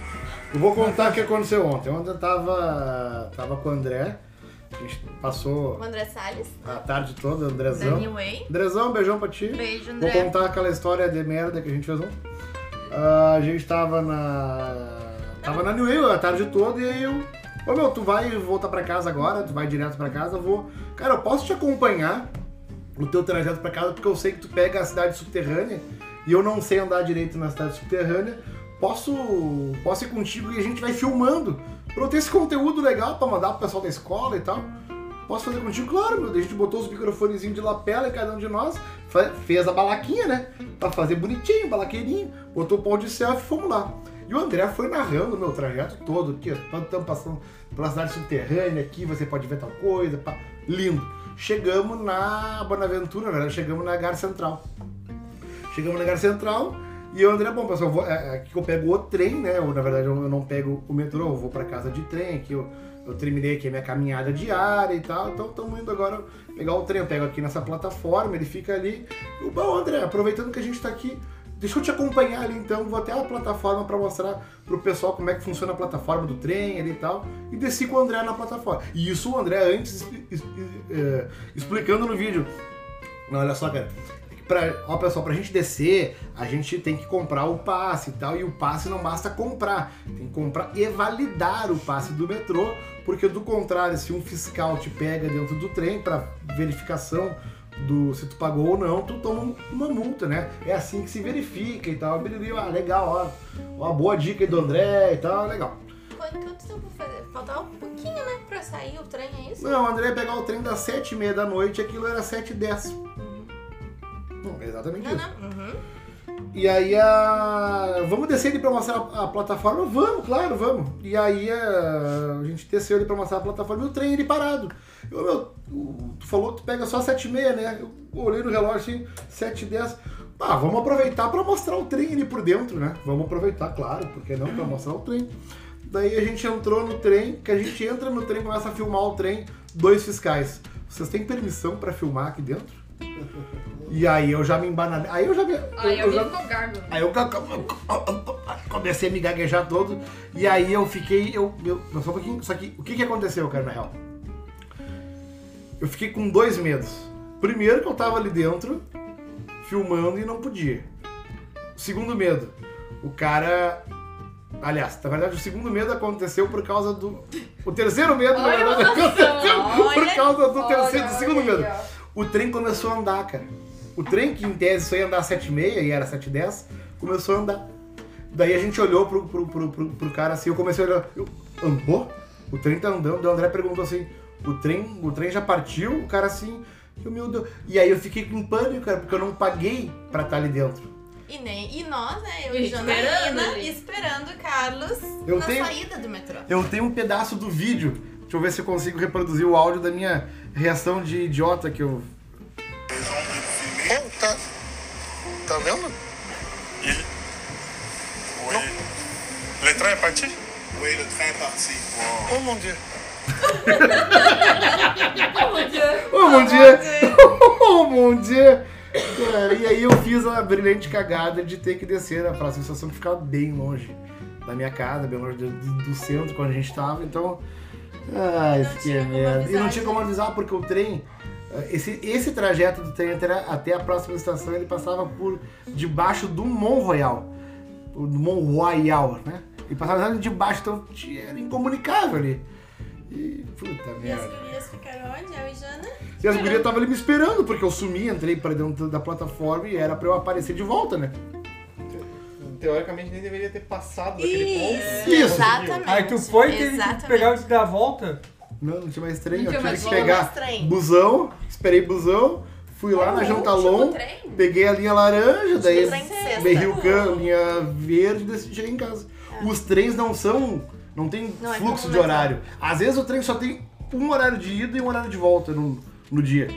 Speaker 3: Eu vou contar o que aconteceu ontem. Ontem eu tava, tava com o André. A gente
Speaker 6: O
Speaker 3: passou
Speaker 6: André Salles.
Speaker 3: a tarde toda, Andrezão.
Speaker 6: Dani Way.
Speaker 3: Andrezão, beijão pra ti.
Speaker 6: Beijo,
Speaker 3: Vou
Speaker 6: André.
Speaker 3: contar aquela história de merda que a gente fez ontem. Ah, a gente tava na. Tava na New York a tarde toda e aí eu. Ô meu, tu vai voltar pra casa agora, tu vai direto pra casa, eu vou. Cara, eu posso te acompanhar no teu trajeto pra casa, porque eu sei que tu pega a cidade subterrânea e eu não sei andar direito na cidade subterrânea. Posso, posso ir contigo e a gente vai filmando pra eu ter esse conteúdo legal pra mandar pro pessoal da escola e tal. Posso fazer contigo? Claro, meu. Daí A gente botou os microfonezinhos de lapela em cada um de nós, fa- fez a balaquinha, né? Pra fazer bonitinho, balaqueirinho, botou o pau de selfie e fomos lá. E o André foi narrando o meu trajeto todo, aqui, estamos passando pela cidade subterrânea, aqui você pode ver tal coisa, pá. lindo. Chegamos na Bonaventura, na verdade, chegamos na Gar Central. Chegamos na Gar Central e o André, bom pessoal, eu vou- é- é aqui que eu pego o trem, né? Ou, na verdade eu eu não pego o metrô, eu vou pra casa de trem, aqui eu, eu terminei aqui a minha caminhada diária e tal, então estamos indo agora pegar o trem, eu pego aqui nessa plataforma, ele fica ali. O bom, André, aproveitando que a gente tá aqui, deixa eu te acompanhar ali então, vou até a plataforma pra mostrar pro pessoal como é que funciona a plataforma do trem ali e tal, e desci com o André na plataforma. E isso o André antes expli- es- eh, explicando no vídeo. Não, olha só, cara. Pra, ó, pessoal, pra gente descer, a gente tem que comprar o passe e tal. E o passe não basta comprar, tem que comprar e validar o passe do metrô, porque do contrário, se um fiscal te pega dentro do trem pra verificação do se tu pagou ou não, tu toma um- uma multa, né? É assim que se verifica e tal. Biriri, Ah, legal, ó. Uma boa dica aí do André e tal, legal.
Speaker 6: Quanto tempo fazer? Faltava um pouquinho, né? Pra sair o trem, é isso?
Speaker 3: Não, o André ia pegar o trem das 7h30 da noite, aquilo era 7h10. Não, é exatamente
Speaker 6: Não,
Speaker 3: isso.
Speaker 6: não. Uhum.
Speaker 3: E aí a. Vamos descer ele pra mostrar a, a plataforma? Vamos, claro, vamos. E aí a, a gente desceu ele pra mostrar a plataforma e o trem ele parado. Eu, meu, o- tu falou que tu pega só 7 e meia, né? Eu olhei no relógio assim, 7 e 10. Ah, vamos aproveitar pra mostrar o trem ali por dentro, né? Vamos aproveitar, claro, porque não pra mostrar o trem. Daí a gente entrou no trem, que a gente entra no trem, começa a filmar o trem, dois fiscais. Vocês têm permissão pra filmar aqui dentro? E aí eu já me embananei. Aí eu já me.
Speaker 2: Aí
Speaker 3: eu
Speaker 2: eu vi
Speaker 3: já-
Speaker 2: no gárgula.
Speaker 3: Aí eu ca- ca- ca- comecei a me gaguejar todo. E aí eu fiquei. Eu, eu, não, só um pouquinho. Só que o que, que aconteceu, cara, na real? Eu fiquei com dois medos. Primeiro que eu tava ali dentro, filmando e não podia. Segundo medo, o cara. Aliás, na verdade o segundo medo aconteceu por causa do. O terceiro medo, na
Speaker 2: Olha
Speaker 3: verdade, aconteceu por
Speaker 6: olha,
Speaker 3: causa do
Speaker 2: Olha,
Speaker 3: terceiro, do segundo
Speaker 2: olha
Speaker 3: medo.
Speaker 2: aí, ó.
Speaker 3: O trem começou a andar, cara. O trem, que em tese só ia andar 7,6 e era 7,10, começou a andar. Daí a gente olhou pro, pro, pro, pro, pro cara assim, eu comecei a olhar. Eu, andou? O trem tá andando. Daí O André perguntou assim: o trem, o trem já partiu? O cara assim, eu, meu Deus. E aí eu fiquei com pânico, cara, porque eu não paguei pra estar ali dentro.
Speaker 6: E, nem, e nós, né? Eu
Speaker 2: E
Speaker 6: e
Speaker 2: esperando
Speaker 6: Janaína,
Speaker 2: ele.
Speaker 6: esperando o Carlos
Speaker 3: Eu
Speaker 6: na
Speaker 3: tenho-
Speaker 6: saída do metrô.
Speaker 3: Eu tenho um pedaço do vídeo. Deixa eu ver se eu consigo reproduzir o áudio da minha reação de idiota que eu.
Speaker 7: tá. Tá vendo?
Speaker 8: Oui. Le train est parti
Speaker 7: Oui, le train est parti.
Speaker 8: Oh mon dieu.
Speaker 3: Oh, bom dia! Oh, bom dia! Cara, e aí eu fiz a brilhante cagada de ter que descer a próxima estação que ficava bem longe da minha casa, bem longe do, do- do centro quando a gente tava, então. Ai,
Speaker 6: Não
Speaker 3: isso que
Speaker 6: tinha
Speaker 3: é
Speaker 6: como
Speaker 3: merda. E não
Speaker 6: avisar, né?
Speaker 3: tinha como avisar porque o trem. eh, Esse, esse trajeto do trem até, até a próxima estação ele passava por debaixo do Mont Royal. O Mont Royal, né? E passava exatamente debaixo, então tinha- era incomunicável ali. E puta
Speaker 6: E as
Speaker 3: merda.
Speaker 6: meninas ficaram onde? Eu e Jana?
Speaker 3: E as gurias estavam ali me esperando, porque eu sumi, entrei pra dentro da plataforma e era pra eu aparecer de volta, né?
Speaker 5: Teoricamente nem deveria ter passado daquele ponto. né?
Speaker 3: Isso.
Speaker 6: Exatamente.
Speaker 1: Aí tu foi e teve que
Speaker 6: Exatamente.
Speaker 1: pegar e dar a volta?
Speaker 3: Não, não tinha mais trem,
Speaker 2: Não tinha
Speaker 3: eu tive
Speaker 2: mais
Speaker 3: que
Speaker 2: voo,
Speaker 3: pegar
Speaker 6: mais trem. Uhum.
Speaker 3: busão, esperei busão, fui lá na Jantalon, peguei a linha laranja, daí
Speaker 6: trem de sexta.
Speaker 3: berrei o can, linha verde e decidi chegar em casa. Os trens não são. não tem
Speaker 6: É. Não, é
Speaker 3: fluxo de
Speaker 6: como
Speaker 3: horário. Às vezes o trem só tem um horário de ida e um horário de volta no, no dia.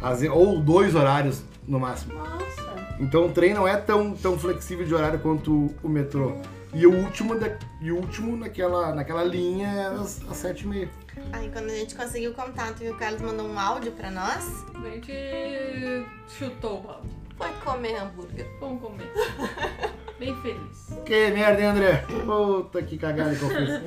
Speaker 3: Às vezes- ou dois horários no máximo.
Speaker 6: Nossa.
Speaker 3: Então o trem não é tão, tão flexível de horário quanto o metrô. E o último, da, e o último naquela, naquela linha era às, às 7h30.
Speaker 6: Aí quando a gente conseguiu o contato e o Carlos mandou um áudio pra nós,
Speaker 2: A gente chutou o balde.
Speaker 6: foi comer hambúrguer.
Speaker 2: Vamos comer. Bem feliz.
Speaker 3: Que merda, hein, André? Puta que cagada que eu fiz.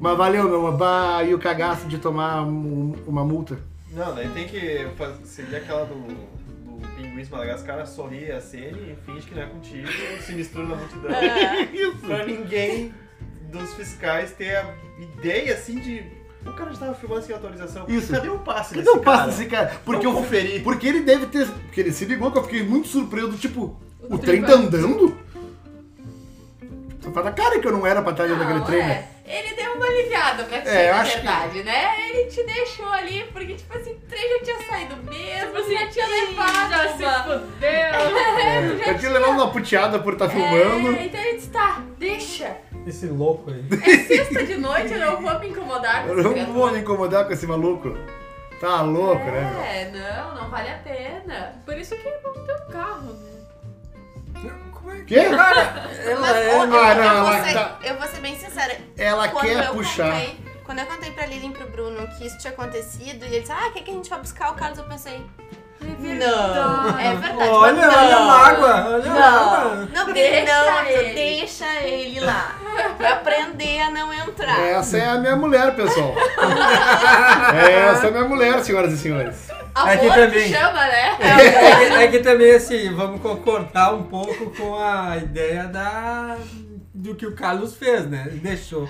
Speaker 3: Mas valeu, meu. amor. Bah, e o cagaço de tomar um- uma multa.
Speaker 5: Não, daí tem que fazer, seguir aquela do, do pinguim de Madagascar, sorrir a cena e finge que não é contigo, se mistura na multidão.
Speaker 3: É.
Speaker 5: pra ninguém dos fiscais ter a ideia assim de. O cara já tava filmando sem autorização.
Speaker 3: Isso.
Speaker 5: Cadê o passe
Speaker 3: Cadê
Speaker 5: desse
Speaker 3: o passo
Speaker 5: cara?
Speaker 3: desse cara? Porque,
Speaker 5: Vamos
Speaker 3: eu,
Speaker 5: conferir.
Speaker 3: porque ele deve ter. Porque ele se ligou que eu fiquei muito surpreso, tipo, o,
Speaker 2: trem
Speaker 3: trem
Speaker 2: vai-
Speaker 3: tá andando? Só tá na cara que eu não era pra estar dentro daquele
Speaker 4: Não,
Speaker 3: trem, né?
Speaker 4: é. Ele deu uma aliviada pra ti,
Speaker 3: É, eu
Speaker 4: na
Speaker 3: acho que-
Speaker 4: verdade, né? Ele te deixou ali, porque, tipo assim, o trem já tinha saído mesmo,
Speaker 2: Tipo assim,
Speaker 4: já tinha
Speaker 2: Já
Speaker 4: levado.
Speaker 2: se
Speaker 4: uma-
Speaker 2: fudeu.
Speaker 3: Eu tinha levado uma puteada por estar filmando.
Speaker 4: É, então ele disse, tá, deixa.
Speaker 1: Esse louco aí.
Speaker 4: É sexta de noite, eu não vou me incomodar com
Speaker 3: Eu
Speaker 4: esse
Speaker 3: não
Speaker 4: criatura.
Speaker 3: vou me incomodar com esse maluco. Tá louco, né?
Speaker 4: É, não, não vale a pena.
Speaker 2: Por isso que não tem um carro, né?
Speaker 1: Como é que...
Speaker 3: meu? Quê?
Speaker 6: Mas
Speaker 1: Ela
Speaker 6: eu,
Speaker 1: é...
Speaker 6: eu,
Speaker 3: Ah, não,
Speaker 6: eu,
Speaker 3: ela
Speaker 6: vou
Speaker 3: tá-
Speaker 6: ser, eu vou ser bem sincera.
Speaker 3: Ela
Speaker 6: Quando
Speaker 3: quer
Speaker 6: eu
Speaker 3: puxar.
Speaker 6: contei- quando eu contei pra Lilian e pro Bruno que isso tinha acontecido, e eles, ah, o que, que a gente vai buscar o Carlos? Eu pensei,
Speaker 4: É
Speaker 6: não, é verdade.
Speaker 1: Olha,
Speaker 6: mas
Speaker 1: olha a
Speaker 6: não.
Speaker 1: mágoa, olha a
Speaker 6: Não,
Speaker 1: mágoa.
Speaker 6: não, porque
Speaker 4: Deixa
Speaker 6: não,
Speaker 4: ele.
Speaker 6: deixa ele lá. Vai aprender a não entrar.
Speaker 3: Essa é a minha mulher, pessoal. Essa é a minha mulher, senhoras e senhores.
Speaker 1: Aqui
Speaker 4: Amor
Speaker 1: também.
Speaker 4: que chama, né?
Speaker 1: É que, é que também assim, vamos concordar um pouco com a ideia da do que o Carlos fez, né? Ele deixou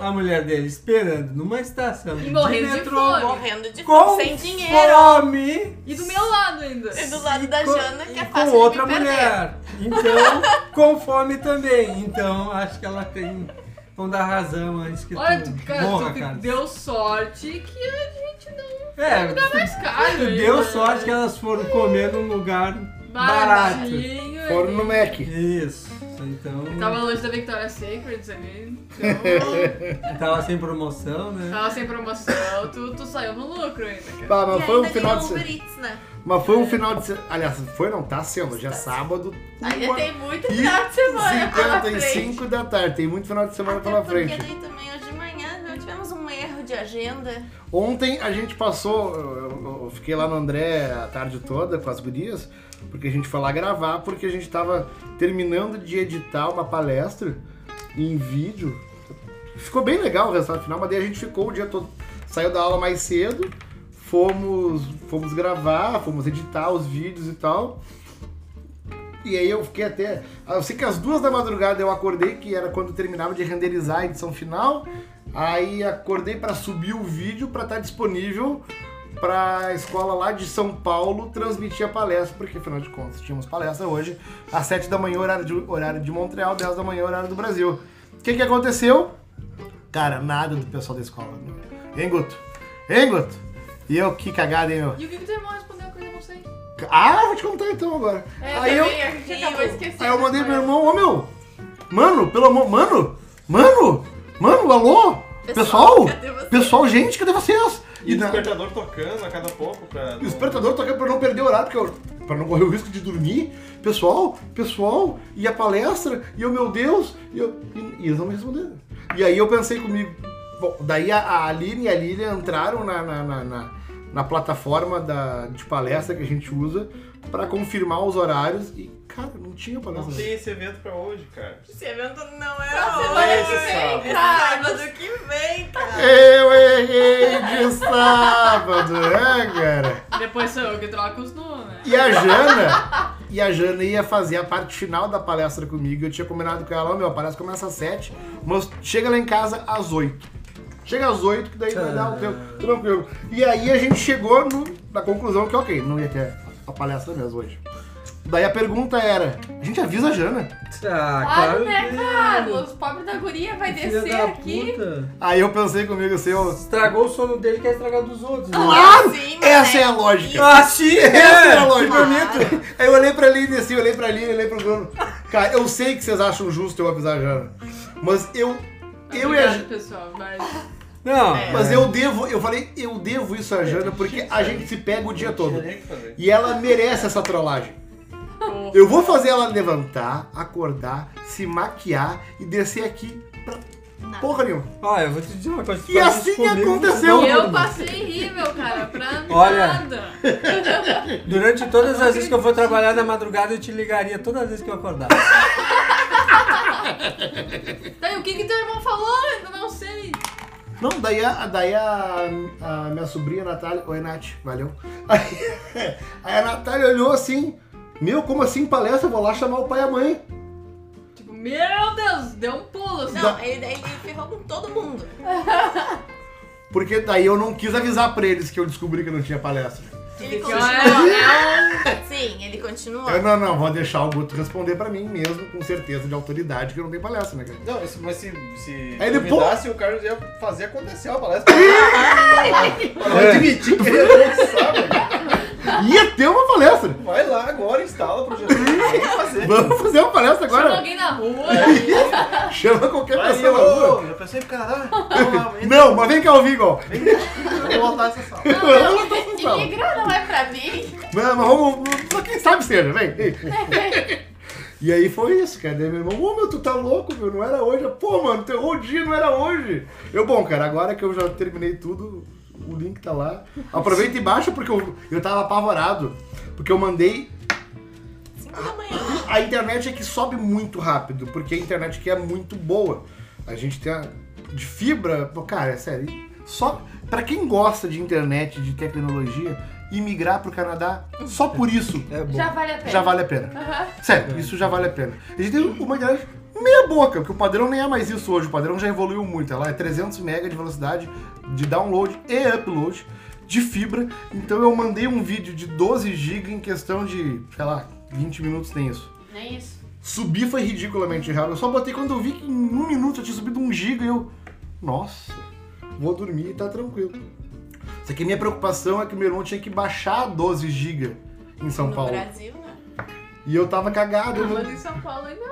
Speaker 1: a mulher dele esperando numa estação
Speaker 2: E morrendo de fome.
Speaker 6: Tá Morrendo de
Speaker 1: com
Speaker 6: fome, sem dinheiro.
Speaker 1: fome
Speaker 2: E do meu lado ainda.
Speaker 6: E do lado da
Speaker 1: com-
Speaker 6: Jana, que
Speaker 1: e
Speaker 6: é
Speaker 1: com
Speaker 6: fácil
Speaker 1: outra
Speaker 6: de me perder.
Speaker 1: mulher. Então, com fome também. Então, acho que ela tem vão dar razão antes que
Speaker 2: Olha,
Speaker 1: tu
Speaker 2: tu, cara,
Speaker 1: morra,
Speaker 2: tu
Speaker 1: cara.
Speaker 2: deu sorte que a gente não
Speaker 1: é,
Speaker 2: faz
Speaker 1: tu,
Speaker 2: caro.
Speaker 1: tu
Speaker 2: né?
Speaker 1: deu sorte que elas foram comer num lugar
Speaker 2: Baratinho.
Speaker 3: Foram no
Speaker 2: ele-
Speaker 3: Mac.
Speaker 1: Isso. Então.
Speaker 2: Tava longe da Victoria's Secret ali.
Speaker 1: Tava sem promoção, né?
Speaker 2: Então, Tava sem promoção, tu, tu saiu no lucro ainda, cara.
Speaker 3: Bah, mas
Speaker 6: e
Speaker 3: foi um
Speaker 6: ainda
Speaker 3: final de
Speaker 6: tem o
Speaker 3: semana.
Speaker 6: Uber Eats, né?
Speaker 3: Mas foi um final de semana. Aliás, foi não, tá sendo. Já sábado.
Speaker 4: Ainda tem muito
Speaker 3: e
Speaker 4: final de semana pela frente.
Speaker 3: 55 da tarde. Tem muito final de semana
Speaker 6: Até
Speaker 3: pela
Speaker 6: porque
Speaker 3: tá frente.
Speaker 6: daí também hoje de manhã nós tivemos um erro de agenda.
Speaker 3: Ontem a gente passou, eu, eu fiquei lá no André a tarde toda com as gurias, porque a gente foi lá gravar, porque a gente tava terminando de editar uma palestra em vídeo. Ficou bem legal o resultado final, mas daí a gente ficou o dia todo. Saiu da aula mais cedo, fomos, fomos gravar, fomos editar os vídeos e tal. E aí eu fiquei até. Eu sei que às duas da madrugada eu acordei, que era quando terminava de renderizar a edição final. Aí acordei pra subir o vídeo pra estar disponível pra escola lá de São Paulo transmitir a palestra, porque afinal de contas tínhamos palestra hoje, às 7 da manhã, horário de, horário de Montreal, 10 da manhã, horário do Brasil. O que, que aconteceu? Cara, nada do pessoal da escola. Hein, Guto? Hein, Guto? E eu, que cagada, hein, meu?
Speaker 2: E o que que tu irmão respondeu a coisa, eu não sei.
Speaker 3: Ah, vou te contar então agora.
Speaker 4: É,
Speaker 3: aí, eu,
Speaker 4: também, a gente acabou esquecendo.
Speaker 3: aí eu mandei
Speaker 4: essa
Speaker 3: pro meu irmão, ô meu, mano, pelo amor, mano, mano, mano, alô, pessoal,
Speaker 6: cadê vocês?
Speaker 3: pessoal, gente, cadê vocês?
Speaker 5: E o
Speaker 3: na-
Speaker 5: despertador tocando a cada pouco pra.
Speaker 3: e o despertador tocando pra não perder o horário, porque eu, pra não correr o risco de dormir. Pessoal, pessoal, e a palestra, e eu, meu Deus, e, eu, e, e eles não me responderam. E aí eu pensei comigo, bom, daí a, a Aline e a Lilian entraram na, na, na, na- na plataforma da, de palestra que a gente usa pra confirmar os horários e, cara, não tinha
Speaker 5: Não
Speaker 3: palestra.
Speaker 5: tem esse evento pra hoje, cara.
Speaker 6: Esse evento não é
Speaker 4: Pra
Speaker 6: hoje.
Speaker 4: semana
Speaker 5: Esse
Speaker 4: que
Speaker 5: sábado.
Speaker 4: vem,
Speaker 6: É
Speaker 4: cara.
Speaker 6: sábado que vem, cara.
Speaker 3: Eu errei de sábado, né, cara?
Speaker 2: Depois sou eu que troco os nomes, né?
Speaker 3: E a Jana, e a Jana ia fazer a parte final da palestra comigo. Eu tinha combinado com ela, ó, meu, a palestra começa às 7, mas chega lá em casa às 8. Chega às 8, que daí vai dar o tempo tranquilo. E aí a gente chegou no- na conclusão que, ok, não ia ter a palestra mesmo hoje. Daí a pergunta era, a gente avisa a Jana?
Speaker 1: Ah,
Speaker 4: Claro, né,
Speaker 1: que-
Speaker 4: Carlos? Pobre da guria vai
Speaker 1: Filha
Speaker 4: descer
Speaker 1: da
Speaker 4: aqui.
Speaker 1: puta.
Speaker 3: Aí eu pensei comigo assim, eu,
Speaker 1: Estragou o sono dele, quer estragar dos outros. né?
Speaker 3: claro,
Speaker 6: Sim, mas
Speaker 3: essa é a
Speaker 1: Eu
Speaker 3: lógica.
Speaker 1: Achei!
Speaker 3: Essa é a
Speaker 1: É, que
Speaker 3: lógica.
Speaker 1: bonito!
Speaker 3: Aí eu olhei pra Aline assim, eu olhei pra Aline, eu olhei pro Bruno. Cara, eu sei que vocês acham justo eu avisar a Jana. Mas eu. Eu e a
Speaker 2: Obrigado,
Speaker 3: Jana.
Speaker 2: pessoal, mas...
Speaker 1: Não,
Speaker 3: Mas eu devo, eu falei, eu devo isso a Jana porque a gente se pega o dia
Speaker 5: Não
Speaker 3: todo.
Speaker 5: tinha nem o que fazer.
Speaker 3: E ela merece essa trollagem. Eu vou fazer ela levantar, acordar, se maquiar e descer aqui pra porra nenhuma.
Speaker 1: Olha, eu vou te dizer uma coisa. tu
Speaker 3: E
Speaker 1: faz
Speaker 3: assim
Speaker 1: isso comigo,
Speaker 3: aconteceu.
Speaker 1: tu
Speaker 2: E
Speaker 1: não
Speaker 2: eu
Speaker 1: dorme.
Speaker 2: passei rível, cara, pra
Speaker 1: Olha.
Speaker 2: nada.
Speaker 1: Durante todas as vezes que eu for trabalhar na madrugada, eu te ligaria todas as vezes que eu acordar. É
Speaker 4: Tá,
Speaker 2: Daí, Tá, o que que teu irmão falou? Eu não sei.
Speaker 3: Não, daí a, daí a, a minha sobrinha Natália. Oi, Nath, valeu. Aí, aí a Natália olhou assim: Meu, como assim palestra? Eu vou lá chamar o pai e a mãe.
Speaker 2: Tipo, meu Deus, deu um pulo. assim.
Speaker 6: Não, ele, ele ferrou com todo mundo.
Speaker 3: Porque daí eu não quis avisar pra eles que eu descobri que não tinha palestra.
Speaker 6: Ele assim,
Speaker 2: Então,
Speaker 4: assim,
Speaker 6: continuou.
Speaker 2: é, é um...
Speaker 6: Sim, ele continuou.
Speaker 5: Ah.
Speaker 3: Eu, não, não, vou deixar o Guto responder pra mim mesmo, com certeza de autoridade, que eu não tenho palestra, né, cara?
Speaker 5: Não, isso- mas se, se
Speaker 3: Aí ele, pô-
Speaker 5: convidasse, o Carlos ia fazer acontecer a palestra.
Speaker 3: Eu admiti que ele É.
Speaker 5: né?
Speaker 3: ia ter uma palestra.
Speaker 5: Vai lá agora, instala o projetor. Vamos fazer.
Speaker 3: Vamos fazer uma palestra
Speaker 2: Chama
Speaker 3: agora.
Speaker 2: alguém um na rua.
Speaker 3: Chama qualquer
Speaker 5: Vai,
Speaker 3: pessoa na rua.
Speaker 5: eu, já pensei, caralho. Vamos
Speaker 3: Não, mas vem cá ouvir igual.
Speaker 5: lotar essa sala.
Speaker 3: Vamos botar essa sala.
Speaker 4: Imigrante não é pra mim.
Speaker 3: Não, mas vamos. mas Quem sabe seja, vem. E aí foi isso, cara. Daí meu irmão, ô meu, tu tá louco, meu, não era hoje. Eu, Pô, mano, tu errou o dia, não era hoje. Eu, bom, cara, agora que eu já terminei tudo, o link tá lá. Aproveita e baixa, porque eu, eu tava apavorado. Porque eu mandei.
Speaker 6: Cinco da manhã.
Speaker 3: A internet aqui sobe muito rápido, porque a internet aqui é muito boa. A gente tem a. De fibra, pô, cara, é sério. Só. Pra quem gosta de internet, de tecnologia, imigrar pro Canadá só por isso
Speaker 1: É bom.
Speaker 4: Já vale a pena.
Speaker 3: já vale a pena. Sério, isso já vale a pena. A gente tem uma internet meia boca, porque o padrão nem é mais isso hoje. O padrão já evoluiu muito. Ela é 300 mega de velocidade de download e upload de fibra. Então eu mandei um vídeo de 12 GB em questão de, sei lá, 20 minutos tem isso.
Speaker 4: Nem É isso.
Speaker 3: Subir foi ridiculamente errado. Eu só botei quando eu vi que em um minuto eu tinha subido um giga e eu. Nossa, vou dormir e tá tranquilo. Só que a minha preocupação é que o meu irmão tinha que baixar 12 giga em São
Speaker 6: No
Speaker 3: Paulo.
Speaker 6: Brasil, Uhum. né?
Speaker 3: E eu tava cagado.
Speaker 2: Mas
Speaker 3: né?
Speaker 2: em São Paulo ainda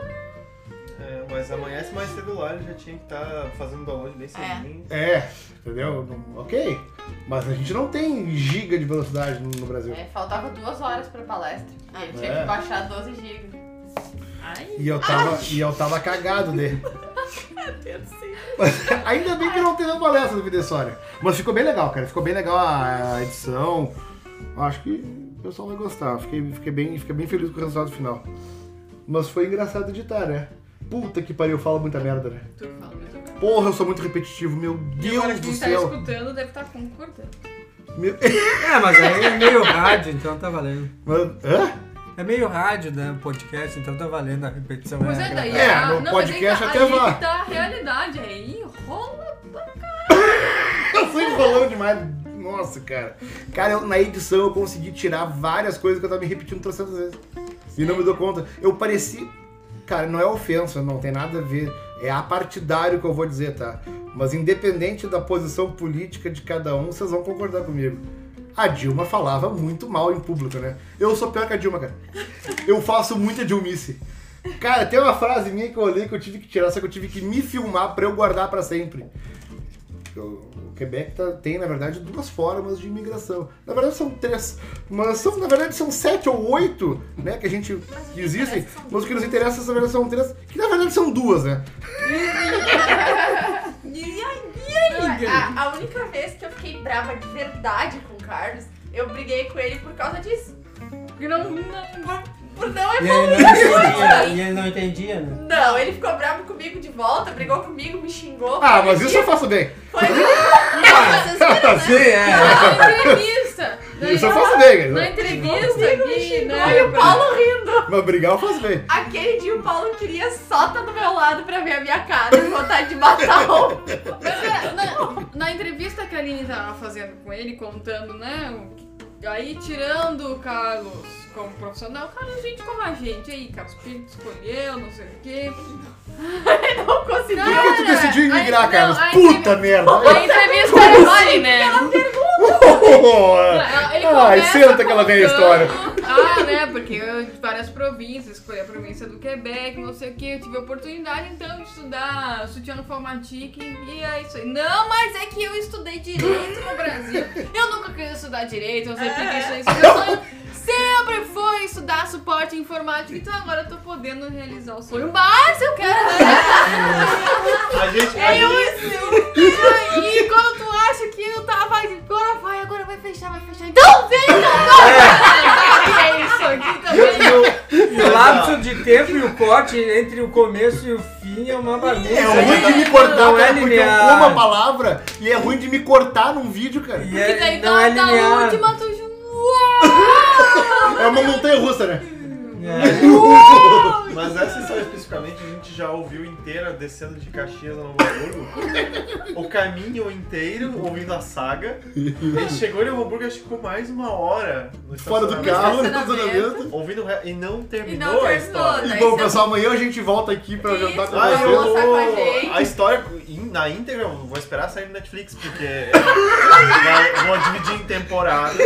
Speaker 5: É, mas amanhece mais cedo lá, ele já tinha que estar fazendo download bem cedinho.
Speaker 3: É, entendeu? Não- ok. Mas a gente não tem giga de velocidade no, no Brasil.
Speaker 4: É, faltava duas horas pra palestra. E ele tinha
Speaker 3: É.
Speaker 4: que baixar 12 gigas.
Speaker 3: E eu tava, e eu tava cagado dele. Ainda bem que não teve a palestra do Videssória. Mas ficou bem legal, cara. Ficou bem legal a a edição. Eu Acho que o pessoal vai gostar. Fiquei, fiquei, bem, fiquei bem feliz com o resultado final. Mas foi engraçado editar, né? Puta que pariu, eu falo muita merda, né?
Speaker 2: tu fala muito bem.
Speaker 3: Porra, eu sou muito repetitivo, meu
Speaker 2: E agora
Speaker 3: Deus do
Speaker 2: quem tá um
Speaker 3: céu.
Speaker 2: escutando deve estar concordando.
Speaker 3: Meu...
Speaker 1: É, mas aí é meio rádio, então tá valendo.
Speaker 3: Mano, hã?
Speaker 1: É meio rádio, né? Podcast, então tá valendo a repetição. né?
Speaker 2: Pois é, daí
Speaker 3: É,
Speaker 2: a-
Speaker 3: no
Speaker 2: não, mas
Speaker 3: podcast
Speaker 2: aí,
Speaker 3: até
Speaker 2: tá-
Speaker 4: é
Speaker 2: aí
Speaker 3: vai.
Speaker 2: que tá a realidade, aí rola.
Speaker 3: Eu fui enrolando demais. Nossa, cara. Cara, eu- na edição eu consegui tirar várias coisas que eu tava me repetindo 300 vezes. E não me dou conta. Eu pareci. Cara, não é ofensa, não tem nada a ver. É apartidário que eu vou dizer, tá? Mas independente da posição política de cada um, vocês vão concordar comigo. A Dilma falava muito mal em público, né? Eu sou pior que a Dilma, cara. Eu faço muita Dilmice. Cara, tem uma frase minha que eu olhei que eu tive que tirar, só que eu tive que me filmar pra eu guardar pra sempre. O Quebec tá- tem, na verdade, duas formas de imigração. Na verdade, são três. Mas são, na verdade, são sete ou oito, né? Que a gente. que existem. Mas o que nos interessa, na verdade, são três. Que na verdade são duas, né?
Speaker 4: E aí, é, a, a única vez que eu fiquei brava de verdade com o Carlos, eu briguei com ele por causa disso.
Speaker 2: Porque não, não,
Speaker 4: Por não
Speaker 1: E ele não entendia, e ele não entendia, né?
Speaker 4: Não, ele ficou bravo comigo de volta, brigou comigo, me xingou.
Speaker 3: Ah,
Speaker 4: foi
Speaker 3: mas isso eu
Speaker 4: agressivo.
Speaker 3: faço bem.
Speaker 4: foi. Não, vocês viram, né?
Speaker 1: Sim, é.
Speaker 2: na entrevista. Na,
Speaker 3: Isso eu faço bem, né?
Speaker 2: na
Speaker 3: cara.
Speaker 2: entrevista né? aqui,
Speaker 4: Olha o Paulo rindo.
Speaker 3: Mas brigar eu faço bem.
Speaker 4: Aquele dia o Paulo queria só estar do meu lado pra ver a minha cara e vontade de matar o.
Speaker 2: Mas, é, na, na entrevista que a Aline tava fazendo com ele, contando, né? o que- Aí tirando o Carlos como profissional, o Carlos, é gente como a gente. Aí, Carlos Pinto escolheu, não sei o quê.
Speaker 4: Não conseguiu.
Speaker 3: Por que tu decidiu
Speaker 2: aí-
Speaker 3: imigrar,
Speaker 2: não,
Speaker 3: Carlos?
Speaker 2: aí-
Speaker 3: Puta merda!
Speaker 2: A entrevista era vale, né? Ela- ele
Speaker 3: Ai,
Speaker 2: começa
Speaker 3: senta que ela vem a
Speaker 2: contando-
Speaker 3: história.
Speaker 2: Ah, né? Porque eu de várias províncias, escolhi a província do Quebec, não sei o que, eu tive a oportunidade então de estudar sutiã no Formatic e é isso aí. Não, mas é que eu estudei direito no Brasil. Eu nunca quis estudar direito, eu sempre quis estudar isso. Meu sonho sempre foi estudar suporte informático, então agora eu tô podendo realizar o sonho. Mas eu quero.
Speaker 5: A gente, a gente,
Speaker 2: E quando tu acha que não tá, vai, agora vai, agora vai fechar, vai fechar. Então vem, agora! É isso aqui também.
Speaker 1: E o lapso de tempo e o corte entre o começo e o fim é uma bagunça.
Speaker 3: É ruim de me cortar,
Speaker 1: Não é
Speaker 3: cara, porque eu
Speaker 1: linear.
Speaker 3: como a palavra e é ruim de me cortar num vídeo, cara.
Speaker 1: E
Speaker 2: Porque
Speaker 1: é,
Speaker 2: daí
Speaker 1: não é
Speaker 2: na, na
Speaker 1: linear.
Speaker 2: última tu junto. Uau!
Speaker 3: É uma montanha russa, né?
Speaker 1: É.
Speaker 5: mas essa história especificamente a gente já ouviu inteira descendo de Caxias a Novo Hamburgo. o caminho inteiro ouvindo a saga. Ele chegou em Novo Hamburgo acho que ficou mais uma hora no
Speaker 3: Fora do
Speaker 5: estacionamento,
Speaker 3: carro, né? no
Speaker 4: estacionamento.
Speaker 3: estacionamento.
Speaker 5: Ouvindo o re- e não terminou,
Speaker 4: terminou,
Speaker 5: a história.
Speaker 4: né?
Speaker 3: E
Speaker 4: Daí
Speaker 3: é bom,
Speaker 4: você-
Speaker 3: pessoal, amanhã a gente volta aqui pra
Speaker 4: Isso,
Speaker 3: jantar com
Speaker 5: Ah,
Speaker 4: Vai
Speaker 5: eu
Speaker 3: vocês.
Speaker 4: almoçar com a gente.
Speaker 5: vou... A história in- na íntegra, eu vou esperar sair no Netflix, porque eu vou dividir em temporadas.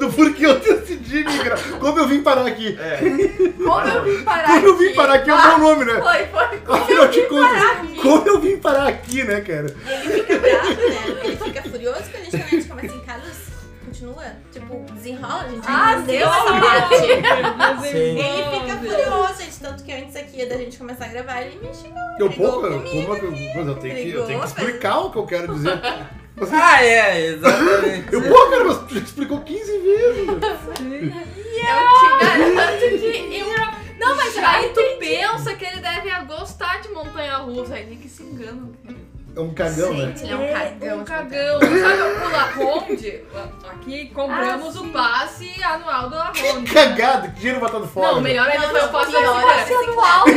Speaker 3: Do porquê eu decidi migrar. Como eu vim parar aqui.
Speaker 5: É.
Speaker 4: Como eu vim parar
Speaker 3: Como eu vim parar aqui é o meu
Speaker 4: Ah,
Speaker 3: nome, né?
Speaker 4: Foi, foi.
Speaker 3: Afinal de
Speaker 4: parar
Speaker 3: contas,
Speaker 4: aqui.
Speaker 3: como eu vim parar aqui, né, cara?
Speaker 6: Ele fica bravo, né? Ele fica furioso quando a gente, quando a gente começa assim, Carlos, continua. Tipo, desenrola, a gente.
Speaker 4: Ah,
Speaker 6: não
Speaker 4: deu
Speaker 6: essa
Speaker 4: uma
Speaker 6: parte.
Speaker 1: Sim.
Speaker 6: Ele fica furioso, gente. Tanto que antes aqui é da gente começar a gravar, ele me xingou.
Speaker 3: Eu
Speaker 6: brigou
Speaker 3: pouco, eu,
Speaker 6: comigo
Speaker 3: como eu, mas eu tenho que, eu tenho que
Speaker 6: brigou,
Speaker 3: explicar o que eu quero dizer.
Speaker 1: Ah, é, exatamente.
Speaker 3: Eu, pô, cara, mas tu já explicou 15 vezes. né? meu.
Speaker 4: Eu te garanto que eu
Speaker 2: Não, mas aí tu pensa que ele deve gostar de montanha russa. Aí que se engana.
Speaker 3: É um cagão, né?
Speaker 6: Gente, ele é um cagão.
Speaker 2: Um cagão. Sabe o La Ronde? Aqui compramos
Speaker 6: Ah,
Speaker 2: o passe anual do La Ronde.
Speaker 3: Cagado, que dinheiro botado fora. né?
Speaker 2: Não, melhor ainda
Speaker 6: Não,
Speaker 2: foi o
Speaker 6: não,
Speaker 2: passe
Speaker 6: pior
Speaker 2: anual.
Speaker 6: é
Speaker 4: sou Paulo.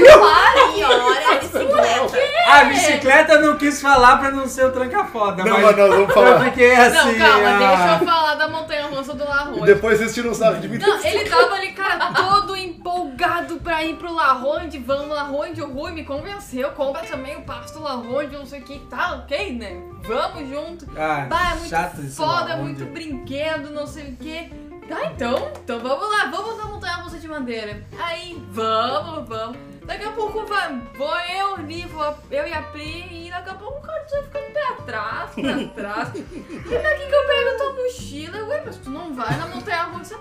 Speaker 6: E hora de
Speaker 3: é
Speaker 6: bicicleta.
Speaker 1: Ah, A bicicleta eu não quis falar pra não ser o tranca-foda,
Speaker 3: Não, mas
Speaker 1: mas
Speaker 3: nós vamos
Speaker 1: eu
Speaker 3: falar.
Speaker 1: fiquei
Speaker 2: Não,
Speaker 1: assim.
Speaker 2: calma,
Speaker 1: ah,
Speaker 2: deixa eu falar da montanha russa do La Ronde.
Speaker 3: Depois vocês tiram o sarro de mim.
Speaker 2: Não, ele tava ali, cara, todo empolgado pra ir pro La Ronde, vamos La Ronde, o Rui me convenceu, compra também o pasto La Ronde, não sei o que, tá ok, né? Vamos junto.
Speaker 1: Ah,
Speaker 2: Bah, é muito
Speaker 1: chato isso.
Speaker 2: foda,
Speaker 1: lá,
Speaker 2: muito
Speaker 1: onde-
Speaker 2: brinquedo, não sei o que. Tá, então, então vamos lá, vamos na montanha russa de madeira. Aí, vamos, vamos. Daqui a pouco vai, vou eu, Nivo, eu e a Pri, e daqui a pouco o Carlos vai ficando pra trás, pra trás. e daqui que eu pego a tua mochila, ué, mas tu não vai na montanha russa?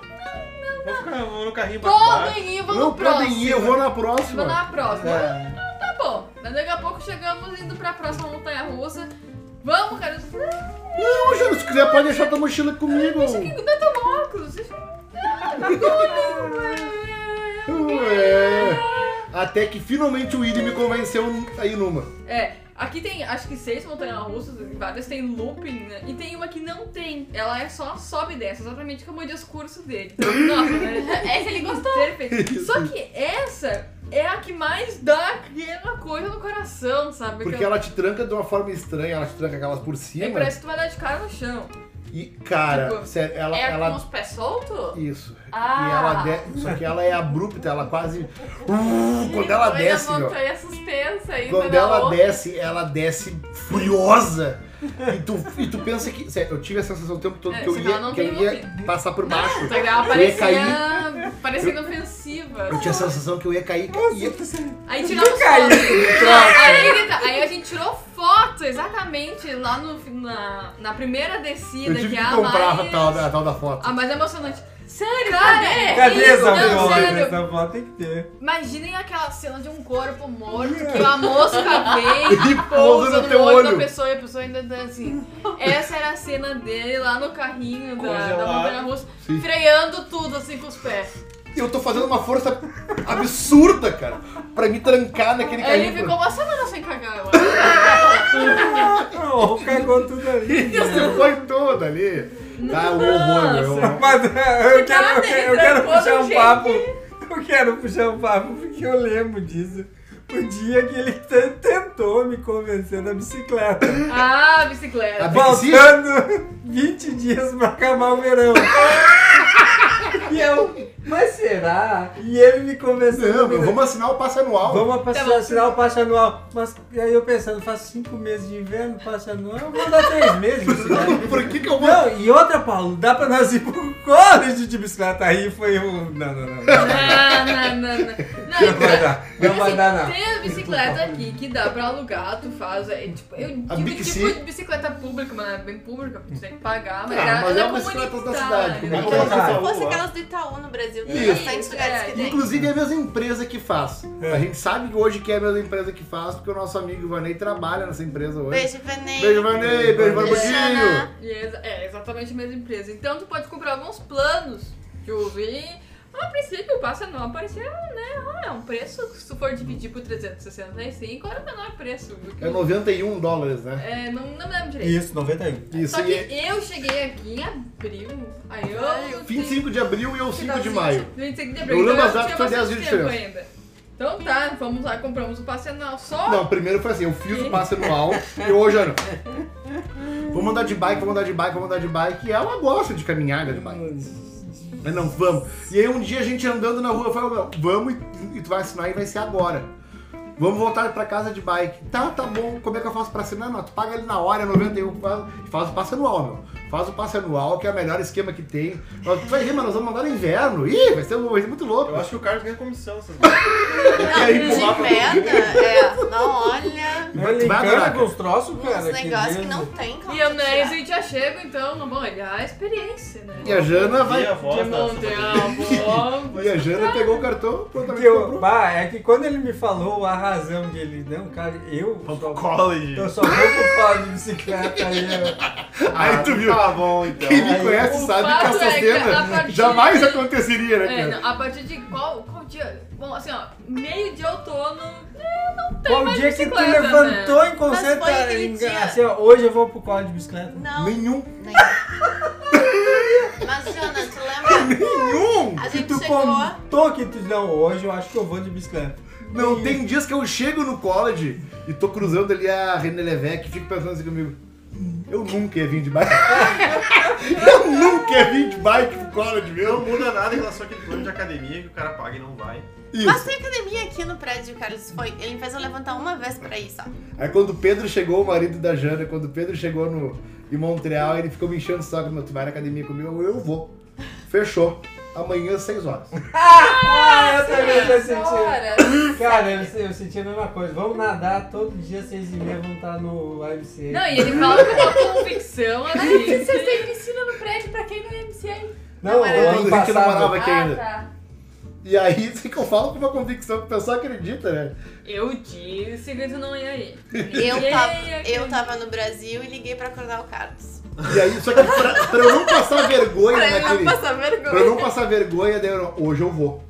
Speaker 5: Vou ficar eu vou no carrinho pra baixo.
Speaker 2: Podem ir, vou
Speaker 3: Não
Speaker 2: no próximo.
Speaker 3: podem ir, eu vou na
Speaker 2: Eu vou
Speaker 3: próxima.
Speaker 2: na próxima.
Speaker 1: É.
Speaker 2: Tá bom. Mas daqui a pouco chegamos indo pra próxima montanha russa. Vamos, cara.
Speaker 3: Não, Júlio, se quiser pode deixar tua mochila comigo.
Speaker 2: Deixa aqui, dá teu óculos. Deixa- Ah, tá bom.
Speaker 3: Ué. Até que finalmente o Willy me convenceu aí numa.
Speaker 2: É, aqui tem acho que seis montanhas russas, várias tem looping, né? E tem uma que não tem. Ela é só sobe e desce, exatamente como o discurso dele. Nossa, né?
Speaker 4: Essa ele gostou.
Speaker 2: Perfeito. Só que essa é a que mais dá aquela coisa no coração, sabe?
Speaker 3: Porque
Speaker 2: Aquela-
Speaker 3: ela né? te tranca de uma forma estranha, ela te tranca aquelas por
Speaker 2: Aí
Speaker 3: cima.
Speaker 2: parece que tu vai dar de cara no chão.
Speaker 3: E, cara,
Speaker 2: É Tipo,
Speaker 3: sério, ela.
Speaker 4: É
Speaker 3: ela-
Speaker 4: com os pés soltos?
Speaker 3: Isso.
Speaker 4: Ah.
Speaker 3: E ela de... Só que ela é abrupta, ela quase. Uh, quando ela
Speaker 4: Foi
Speaker 3: desce,
Speaker 4: na
Speaker 3: meu.
Speaker 4: montanha suspensa ainda
Speaker 3: Quando
Speaker 4: na
Speaker 3: ela
Speaker 4: outra.
Speaker 3: desce, ela desce furiosa. E tu, e tu pensa que. Sério, eu tive a sensação o tempo todo
Speaker 2: É,
Speaker 3: que eu
Speaker 2: senão ela
Speaker 3: ia,
Speaker 2: não
Speaker 3: que eu
Speaker 2: tem
Speaker 3: ia passar por baixo.
Speaker 4: Só que ela
Speaker 3: Eu ia cair.
Speaker 4: parecia, parecia inofensiva.
Speaker 3: Eu tinha a sensação que eu ia cair. ia-
Speaker 2: Aí tiramos
Speaker 1: caí.
Speaker 2: foto. Aí, aí que tá, aí a gente tirou foto, exatamente, lá no, na, na primeira
Speaker 3: Eu
Speaker 2: descida, que
Speaker 3: tive
Speaker 2: é
Speaker 3: que
Speaker 2: a
Speaker 3: comprar a
Speaker 2: mais-
Speaker 3: tal da, a tal da foto.
Speaker 2: a mais emocionante. Sério, cadê?
Speaker 1: Cadê
Speaker 2: Isso,
Speaker 1: essa
Speaker 2: não,
Speaker 1: foto?
Speaker 2: sério.
Speaker 1: Essa foto tem que ter.
Speaker 2: Imaginem aquela cena de um corpo morto que uma mosca vem
Speaker 3: E
Speaker 2: e
Speaker 3: pousa
Speaker 2: pousa
Speaker 3: no
Speaker 2: no
Speaker 3: teu
Speaker 2: olho,
Speaker 3: olho.
Speaker 2: da pessoa e a pessoa ainda tá assim. Essa era a cena dele lá no carrinho da, da
Speaker 5: Congelado.
Speaker 2: montanha russa,
Speaker 3: Sim.
Speaker 2: freando tudo assim com os pés.
Speaker 3: Eu tô fazendo uma força absurda, cara, pra me trancar naquele
Speaker 2: Aí
Speaker 3: carrinho.
Speaker 2: ele ficou uma semana sem cagar, eu acho.
Speaker 1: Não, cagou tudo ali.
Speaker 3: Você foi toda ali. Tá, o horror, meu.
Speaker 1: Mas é, eu quero, eu
Speaker 2: nada,
Speaker 1: quero,
Speaker 2: ele
Speaker 1: eu quero
Speaker 2: trancou
Speaker 1: puxar
Speaker 2: do
Speaker 1: um
Speaker 2: jeito
Speaker 1: papo. Eu quero puxar um papo porque eu lembro disso. O dia que ele te- tentou me convencer da bicicleta.
Speaker 2: Ah, bicicleta.
Speaker 3: A bicicleta-
Speaker 1: Faltando 20 dias pra acabar o verão. e eu, mas será? E ele me convenceu.
Speaker 3: Não, meu, vamos assinar o passe anual.
Speaker 1: Vamos
Speaker 2: Tá bom.
Speaker 1: passar, assinar o passe anual. Mas e aí eu pensando, faz cinco meses de inverno, passe anual, eu vou dar três meses de bicicleta.
Speaker 3: Por que que eu vou...
Speaker 1: Não, e outra, Paulo, dá pra nós ir pro college de bicicleta aí? Foi um. Não, não, não. Não,
Speaker 2: Ah, não, não, não. Não,
Speaker 1: não vai dar. Não vai
Speaker 2: assim,
Speaker 1: dar, não.
Speaker 2: Tem a bicicleta aqui que dá pra alugar, tu faz. É, tipo, eu
Speaker 3: A
Speaker 2: digo
Speaker 3: Bixi.
Speaker 2: tipo de bicicleta pública, mas não é bem pública, porque tu tem que pagar, mas
Speaker 3: Ah,
Speaker 2: é,
Speaker 3: mas
Speaker 2: ela
Speaker 3: é uma bicicleta da
Speaker 2: comunitária,
Speaker 3: cidade,
Speaker 2: né?
Speaker 1: como é que
Speaker 6: Se
Speaker 1: Ah,
Speaker 6: fosse aquelas do Itaú no Brasil, tem
Speaker 3: Isso.
Speaker 6: bastante lugares que tem.
Speaker 3: Inclusive é a mesma empresa que faz.
Speaker 1: É.
Speaker 3: A gente sabe hoje que é a mesma empresa que faz, porque o nosso amigo Vanei trabalha nessa empresa hoje.
Speaker 6: Beijo, Venei.
Speaker 3: Beijo, um Vanei. Beijo, Barbudinho.
Speaker 6: Xana.
Speaker 2: E é exa- É, exatamente a mesma empresa. Então tu pode comprar alguns planos de uso e. A princípio, o passe anual parecia, né? Ah, é um preço, se tu for dividir por 365, era o menor preço. do que-
Speaker 3: É 91 dólares, né?
Speaker 2: É, não, não me lembro direito.
Speaker 1: Isso, 91.
Speaker 3: Isso,
Speaker 2: Só que
Speaker 3: e é
Speaker 2: eu cheguei aqui em abril, aí eu...
Speaker 3: 25 de abril e eu 5 de maio.
Speaker 2: 25 de
Speaker 3: Eu
Speaker 2: abril.
Speaker 3: lembro
Speaker 2: então
Speaker 3: as datas,
Speaker 2: tinha
Speaker 3: foi 10
Speaker 2: bastante
Speaker 3: dias de
Speaker 2: tempo ainda. Então tá, vamos lá, compramos o passe anual só.
Speaker 3: Não, primeiro foi assim, eu fiz o passe anual e eu, ô Jano, vamos andar de bike, vamos andar de bike, vamos andar de bike. E ela gosta de caminhar né, de bike. Mas não, vamos. E aí um dia a gente andando na rua, eu falo, não, vamos e, e tu vai assinar e vai ser agora. Vamos voltar pra casa de bike. Tá, tá bom. Como é que eu faço pra assinar? Não, tu paga ali na hora, é 91, faz, faz o passe anual, meu. Faz o passe anual, que é o melhor esquema que tem. Mas tu vai ver, mas nós vamos mandar no inverno. Ih, vai ser, vai ser muito louco.
Speaker 5: Eu acho que o Carlos ganha comissão. essas coisas.
Speaker 6: Não,
Speaker 3: aí,
Speaker 6: de
Speaker 5: empurrar pra
Speaker 6: merda, é. Não, olha.
Speaker 1: Ele
Speaker 3: Vai adorar,
Speaker 1: encana
Speaker 3: cara.
Speaker 1: com os troços, cara.
Speaker 6: Uns negócios que
Speaker 1: beleza.
Speaker 6: não é tem como
Speaker 2: E eu,
Speaker 6: tirar.
Speaker 2: né, a gente já chega, então, bom, é a experiência, né?
Speaker 3: E a Jana
Speaker 5: E
Speaker 3: vai.
Speaker 5: a voz tá,
Speaker 2: De é,
Speaker 5: da-
Speaker 2: Montreal, bom.
Speaker 3: E a Jana pegou o cartão, prontamente
Speaker 1: Que eu,
Speaker 3: comprou.
Speaker 1: bah, é que quando ele me falou a razão que ele. Não, cara, eu. só-
Speaker 5: College.
Speaker 1: Eu só vou pro pau de bicicleta aí.
Speaker 6: Tá
Speaker 1: eu-
Speaker 3: Aí tu viu.
Speaker 5: Tá bom, então.
Speaker 3: Quem me
Speaker 1: Aí,
Speaker 3: conhece
Speaker 2: o
Speaker 3: sabe que
Speaker 2: fato
Speaker 3: essa
Speaker 2: é que a
Speaker 3: cena
Speaker 2: partir
Speaker 3: jamais
Speaker 2: de-
Speaker 3: aconteceria, né,
Speaker 2: É,
Speaker 3: cara?
Speaker 2: não, a partir de qual, qual dia? Bom, assim, ó, meio de outono, né, não tem
Speaker 1: Qual
Speaker 2: mais
Speaker 1: dia que tu
Speaker 2: bicicleta, né?
Speaker 1: levantou em
Speaker 6: né? Mas foi
Speaker 1: concentra
Speaker 6: aquele
Speaker 1: em-
Speaker 6: dia.
Speaker 1: assim, ó, hoje eu vou pro colo de bicicleta.
Speaker 6: Não,
Speaker 3: Nenhum.
Speaker 6: nem. Mas, Jana, tu lembra?
Speaker 3: Nenhum!
Speaker 6: A
Speaker 1: Que
Speaker 6: gente
Speaker 1: tu
Speaker 6: chegou.
Speaker 1: contou que tu. Não, hoje eu acho que eu vou de bicicleta.
Speaker 3: Não, tem dias que eu chego no college e tô cruzando ali a René Levesque e fico pensando assim comigo. Eu nunca ia vir de bike. eu nunca ia vir de bike pro college, meu.
Speaker 5: Não muda nada em relação àquele plano de academia que o cara paga e não vai.
Speaker 6: Mas
Speaker 3: Isso.
Speaker 6: tem academia aqui no prédio, Carlos. Foi. Ele fez eu levantar uma vez pra ir só.
Speaker 3: Aí quando o Pedro chegou, o marido da Jana, quando o Pedro chegou no, em Montreal, ele ficou me enchendo o saco. Meu, tu vai na academia comigo? Eu, eu vou. Fechou. Amanhã, 6 horas.
Speaker 2: É,
Speaker 1: Ah, eu também tô sentindo.
Speaker 4: Ora,
Speaker 1: Cara, eu, eu senti a mesma coisa. Vamos nadar todo dia, seis e meia, vamos estar no live C.
Speaker 2: Não, e ele fala com uma convicção, é
Speaker 4: Vocês
Speaker 2: daí.
Speaker 4: têm piscina no prédio pra quem não é MCA?
Speaker 1: Não,
Speaker 6: não, era-
Speaker 1: o ano
Speaker 3: Quando a gente não
Speaker 1: passado.
Speaker 3: morava aqui
Speaker 4: Ah,
Speaker 3: ainda.
Speaker 4: tá.
Speaker 3: E aí, isso que eu falo com uma convicção que o pessoal acredita, né?
Speaker 2: Eu disse que tu não ia aí. é
Speaker 6: Eu tava, eu tava no Brasil e liguei pra Coronel Carlos.
Speaker 3: E aí, só que pra, pra eu não passar vergonha
Speaker 6: Pra ele
Speaker 3: naquele.
Speaker 6: não passar
Speaker 3: Pra eu
Speaker 6: vergonha.
Speaker 3: não passar vergonha, daí eu não- hoje eu vou.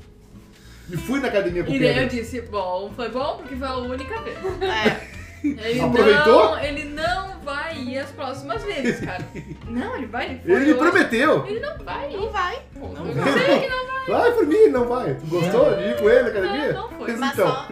Speaker 3: E fui na academia com o
Speaker 2: E daí eu
Speaker 3: Pedro.
Speaker 2: disse, bom, foi bom porque foi a única vez.
Speaker 6: É.
Speaker 2: Ele
Speaker 3: Aproveitou?
Speaker 2: não, ele não vai ir as próximas vezes, cara. Não, ele vai, ele foi.
Speaker 3: Ele me
Speaker 2: hoje.
Speaker 3: prometeu.
Speaker 2: Ele não vai.
Speaker 6: Não vai.
Speaker 2: Não
Speaker 3: vai.
Speaker 2: sei que não
Speaker 3: Vai por mim, não vai. Tu gostou de ir com ele na academia?
Speaker 2: Não, não foi.
Speaker 3: Mas
Speaker 6: Mas
Speaker 3: então,
Speaker 6: só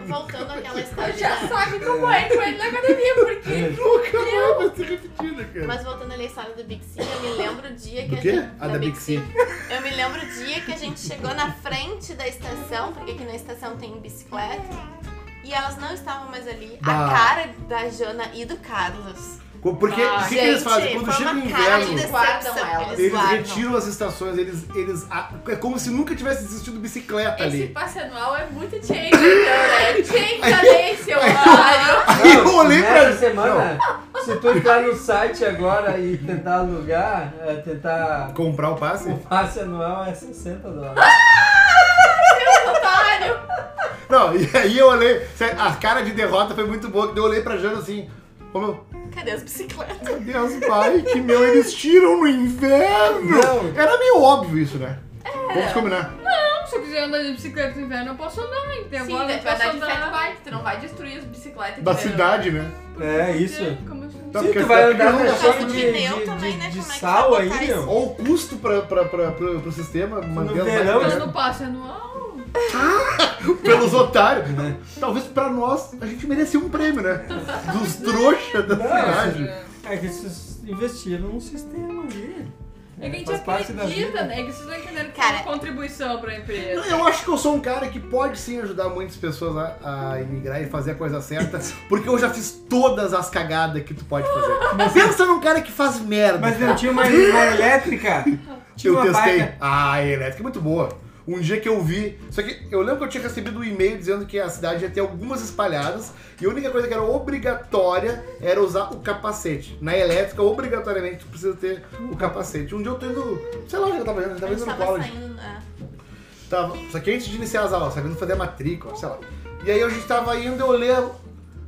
Speaker 6: voltando àquela história.
Speaker 4: Já
Speaker 6: da-
Speaker 4: sabe como é com ele na academia, porque
Speaker 3: nunca mais vai ser repetida, cara.
Speaker 6: Mas voltando ali à história do Big C, eu me lembro o dia que
Speaker 3: Do
Speaker 6: a
Speaker 3: quê?
Speaker 6: gente.
Speaker 3: Ah, da Big C.
Speaker 6: Eu me lembro o dia que a gente chegou na frente da estação, porque aqui na estação tem bicicleta. E elas não estavam mais ali.
Speaker 3: Bah.
Speaker 6: A cara da Jana e do Carlos.
Speaker 3: Co- Porque o
Speaker 2: Ah,
Speaker 3: que, que eles
Speaker 6: Gente,
Speaker 3: fazem? Quando
Speaker 6: foi
Speaker 3: chega o
Speaker 6: uma cara de
Speaker 3: inverno,
Speaker 6: decepção.
Speaker 4: guardam elas.
Speaker 3: eles
Speaker 6: guardam.
Speaker 3: retiram as estações, eles. eles a- é como se nunca tivesse existido bicicleta
Speaker 4: esse
Speaker 3: ali.
Speaker 4: passe anual é muito change, então, né? Change também, seu otário.
Speaker 3: Aí eu olhei
Speaker 1: Nessa
Speaker 3: pra.
Speaker 1: semana, se tu entrar no site agora e tentar alugar, é, tentar...
Speaker 3: Não, comprar o passe?
Speaker 1: O passe anual é 60 dólares.
Speaker 4: Otário.
Speaker 3: Não, e aí eu olhei. sério, A cara de derrota foi muito boa, que daí eu olhei pra Jana assim. Ô meu,
Speaker 6: Cadê as bicicletas?
Speaker 3: meu Deus, pai, que meu, eles tiram no inverno!
Speaker 1: Não.
Speaker 3: Era meio óbvio isso, né? Vamos combinar.
Speaker 2: Se eu quiser andar de bicicleta no inverno, eu posso andar, então
Speaker 4: Sim, né?
Speaker 2: agora
Speaker 4: daí
Speaker 2: eu
Speaker 4: tu vai
Speaker 2: posso
Speaker 4: andar de fat
Speaker 2: andar.
Speaker 4: bike, tu não vai destruir as bicicletas.
Speaker 3: Da
Speaker 4: de verão.
Speaker 3: cidade, né?
Speaker 1: É, isso.
Speaker 2: Como assim?
Speaker 3: Tá,
Speaker 1: Sim,
Speaker 3: porque
Speaker 1: tu vai
Speaker 3: essa-
Speaker 1: andar na
Speaker 6: Por
Speaker 1: cheia
Speaker 6: causa do
Speaker 1: de,
Speaker 6: pneu
Speaker 1: de,
Speaker 6: também,
Speaker 1: de-
Speaker 6: né?
Speaker 1: de
Speaker 6: Como é que
Speaker 1: sal
Speaker 6: vai
Speaker 1: aí,
Speaker 6: botar isso?
Speaker 1: meu.
Speaker 3: Olha o custo pra, pra, pra, pra- pro sistema manter as
Speaker 1: verão,
Speaker 2: Mas
Speaker 3: máquinas, né?
Speaker 1: né?
Speaker 2: no passe anual,
Speaker 3: pelos otários. Talvez pra nós a gente merecia um prêmio, né? Dos trouxas da cidade.
Speaker 2: é
Speaker 1: É que vocês investiram num sistema ali.
Speaker 2: É
Speaker 1: É,
Speaker 2: que a gente
Speaker 1: faz parte da
Speaker 2: acredita,
Speaker 1: vida.
Speaker 2: né? É que vocês não entenderam que é
Speaker 6: Cara.
Speaker 2: uma contribuição pra empresa.
Speaker 3: Eu acho que eu sou um cara que pode sim ajudar muitas pessoas a, a emigrar e fazer a coisa certa, porque eu já fiz todas as cagadas que tu pode fazer. Pensa num cara que faz merda.
Speaker 1: Mas não tinha uma, uma elétrica? Tinha
Speaker 3: eu
Speaker 1: uma
Speaker 3: testei.
Speaker 1: barca.
Speaker 3: Ah, a elétrica é muito boa. Um dia que eu vi. Só que eu lembro que eu tinha recebido um e-mail dizendo que a cidade ia ter algumas espalhadas e a única coisa que era obrigatória era usar o capacete. Na elétrica, obrigatoriamente, tu precisa ter o capacete. Um dia eu tô indo. Sei lá onde eu tava indo, eu
Speaker 6: A
Speaker 3: tava
Speaker 6: gente
Speaker 3: indo no
Speaker 6: tava
Speaker 3: college.
Speaker 6: saindo. né?
Speaker 3: Tava, só que antes de iniciar as aulas, sabendo fazer a matrícula, sei lá. E aí a gente tava indo, eu olhei. eu-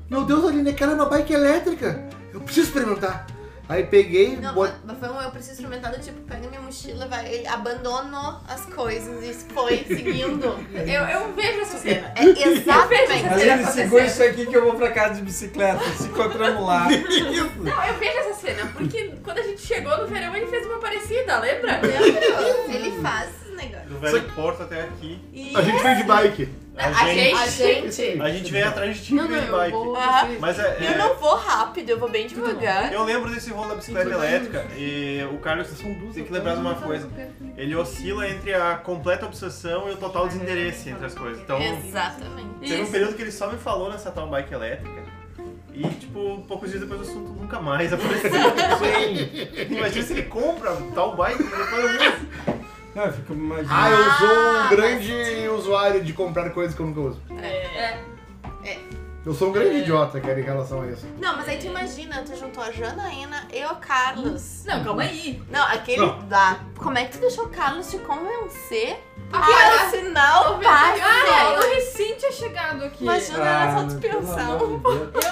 Speaker 3: Meu Deus, Aline, aquela é uma bike elétrica. Eu preciso experimentar. Aí peguei,
Speaker 6: Não,
Speaker 3: botei.
Speaker 6: mas foi um eu preciso experimentar do tipo, pega minha mochila, vai, ele abandonou as coisas e foi seguindo.
Speaker 4: Eu, eu vejo essa cena.
Speaker 6: É exatamente.
Speaker 1: Mas
Speaker 4: Será que
Speaker 1: ele segura
Speaker 4: aconteceu?
Speaker 1: isso aqui que eu vou pra casa de bicicleta. Se encontramos lá.
Speaker 4: Não, eu vejo essa cena, porque quando a gente chegou no verão, ele fez uma parecida, lembra?
Speaker 6: Lembra? Ele faz esses negócios.
Speaker 5: Do velho Porto até aqui.
Speaker 6: E
Speaker 3: A gente veio de bike.
Speaker 5: A,
Speaker 4: A gente.
Speaker 6: a gente.
Speaker 5: A gente Uhum. veio atrás de ti
Speaker 2: Não, não,
Speaker 5: de
Speaker 2: eu
Speaker 5: bike.
Speaker 2: vou.
Speaker 6: Aham.
Speaker 5: Mas é,
Speaker 6: Eu
Speaker 5: é-
Speaker 6: não vou rápido, eu vou bem devagar.
Speaker 5: Eu lembro desse rolo da bicicleta elétrica e o Carlos tem que lembrar de uma
Speaker 2: né?
Speaker 5: coisa. Ele oscila entre a completa obsessão e o total desinteresse entre as coisas.
Speaker 6: É.
Speaker 5: Então,
Speaker 6: Exatamente.
Speaker 5: teve um
Speaker 2: Isso.
Speaker 5: período que ele só me falou nessa tal bike elétrica. E, tipo, poucos dias depois o assunto nunca mais apareceu. Tipo, assim, Imagina se ele compra um tal bike e depois eu uso.
Speaker 1: Não, eu fico imaginando.
Speaker 3: Ah, eu sou
Speaker 6: Ah,
Speaker 3: um grande usuário de comprar coisas que eu nunca uso.
Speaker 2: É.
Speaker 3: Eu sou um grande idiota, cara, em relação a isso.
Speaker 6: Não, mas aí tu imagina, tu juntou a Janaína e o Carlos.
Speaker 2: Não, calma aí.
Speaker 4: Hum.
Speaker 6: Não, aquele
Speaker 3: Não.
Speaker 6: dá. Como é que tu deixou o Carlos te convencer
Speaker 4: Ah, é.
Speaker 6: a assinar o
Speaker 4: Cara,
Speaker 2: Cara,
Speaker 6: passe?
Speaker 2: o recente tinha chegado aqui.
Speaker 6: Imagina ela só dispensão.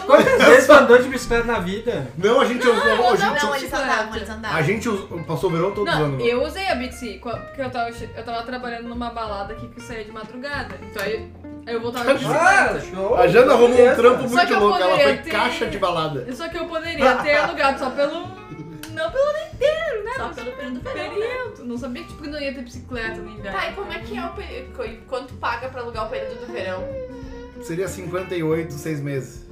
Speaker 1: Quantas vezes tu andou de bicicleta na vida?
Speaker 3: Não, a gente usou. a gente,
Speaker 4: Tipo,
Speaker 6: Não, eles
Speaker 2: Bicicleta.
Speaker 6: andavam, eles andavam.
Speaker 3: a gente usou- passou o verão todo
Speaker 2: Não,
Speaker 3: usando.
Speaker 2: eu usei a Bixi, co- porque eu tava, che- eu tava trabalhando numa balada aqui que eu saía de madrugada. Então aí aí eu voltava de
Speaker 1: Ah,
Speaker 2: bicicleta.
Speaker 1: show.
Speaker 3: A Jana arrumou um
Speaker 1: Beleza.
Speaker 3: trampo
Speaker 2: Só que
Speaker 3: muito
Speaker 2: eu
Speaker 3: louco, ela foi
Speaker 2: poderia ter-
Speaker 3: caixa de balada.
Speaker 2: Só que eu poderia ter alugado só pelo. Não pelo ano inteiro, né?
Speaker 6: Só
Speaker 2: Mas
Speaker 6: pelo período do verão. né?
Speaker 2: período. Não sabia que tipo, que não ia ter bicicleta no inverno.
Speaker 4: Tá, e como é que é o período? co- Quanto paga pra alugar o período do verão?
Speaker 3: Seria 58, seis meses.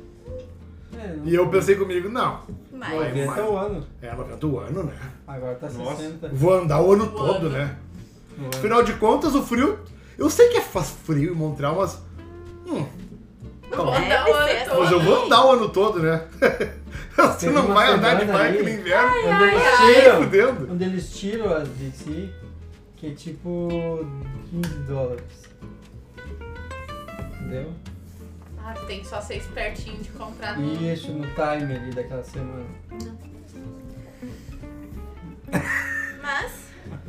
Speaker 1: É, não-
Speaker 3: E eu pensei comigo, não,
Speaker 6: Mas.
Speaker 1: 90 é o ano.
Speaker 3: é 90 o ano, né?
Speaker 1: Agora tá
Speaker 5: Nossa.
Speaker 1: 60.
Speaker 3: Vou andar o ano
Speaker 4: O
Speaker 3: todo,
Speaker 4: ano.
Speaker 3: né?
Speaker 1: no ano.
Speaker 3: Afinal de contas, o frio. Eu sei que é faz frio em Montreal, mas. Hum. tá bom.
Speaker 4: Vou
Speaker 6: É,
Speaker 4: andar o ano todo.
Speaker 3: Mas eu vou andar o ano todo, né? Você
Speaker 1: Teve
Speaker 3: não
Speaker 1: uma
Speaker 3: vai andar de
Speaker 1: semana
Speaker 3: bike
Speaker 1: aí.
Speaker 3: no inverno.
Speaker 1: Quando eles
Speaker 3: Ai,
Speaker 1: tiram,
Speaker 3: fudendo.
Speaker 1: quando eles tiram as DC, que é tipo 15 dólares. Entendeu?
Speaker 4: Ah, tu tem que só ser espertinho de comprar no.
Speaker 1: Isso, no time ali daquela semana.
Speaker 6: Mas,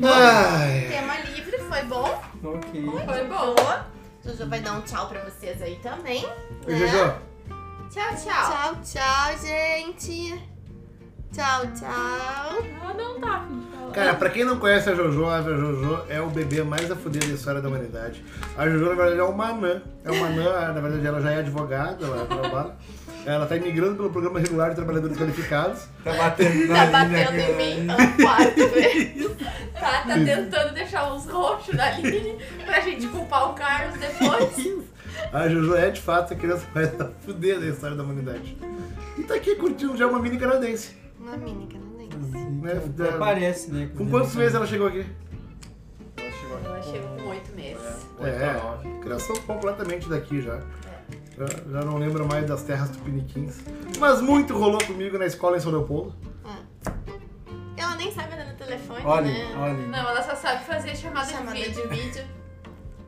Speaker 3: Ai.
Speaker 6: tema livre, foi bom.
Speaker 1: Ok.
Speaker 4: Foi bom.
Speaker 6: Boa. Juju vai dar um tchau pra vocês aí também.
Speaker 3: Ô, Jojo,
Speaker 4: Tchau, tchau.
Speaker 6: Tchau, tchau, gente. Tchau, tchau.
Speaker 2: Ela não tá afim de falar.
Speaker 3: Cara, pra quem não conhece a Jojo, a Jojo é o bebê mais a fuder da história da humanidade. A Jojo, na verdade, é uma anã. É uma anã, na verdade, ela já é advogada, ela trabalha. Ela tá imigrando pelo programa regular de trabalhadores qualificados.
Speaker 1: Tá batendo na
Speaker 6: Tá
Speaker 1: linha,
Speaker 6: batendo
Speaker 1: cara.
Speaker 6: em mim, tá um quarto, né?
Speaker 4: Tá, tá tentando deixar uns roxos na linha pra gente culpar o Carlos depois.
Speaker 3: A Jojo é, de fato, a criança mais a fuder da história da humanidade. E tá aqui curtindo já uma mini canadense.
Speaker 6: Uma mini canadense.
Speaker 3: Né?
Speaker 1: Até Parece, né?
Speaker 3: Com quantos meses ela chegou aqui?
Speaker 5: Ela chegou aqui
Speaker 4: Ela
Speaker 5: com
Speaker 4: chegou com oito meses.
Speaker 5: oito pra nove.
Speaker 3: É, criação completamente daqui já. Já, já não lembro mais das terras tupiniquins. Mas muito rolou comigo na escola em São Leopoldo.
Speaker 6: Ela nem sabe andar no telefone,
Speaker 1: Olhem,
Speaker 6: né?
Speaker 1: olhem.
Speaker 4: Não, ela só sabe fazer chamada,
Speaker 6: Chamada
Speaker 4: de vídeo.
Speaker 6: de vídeo.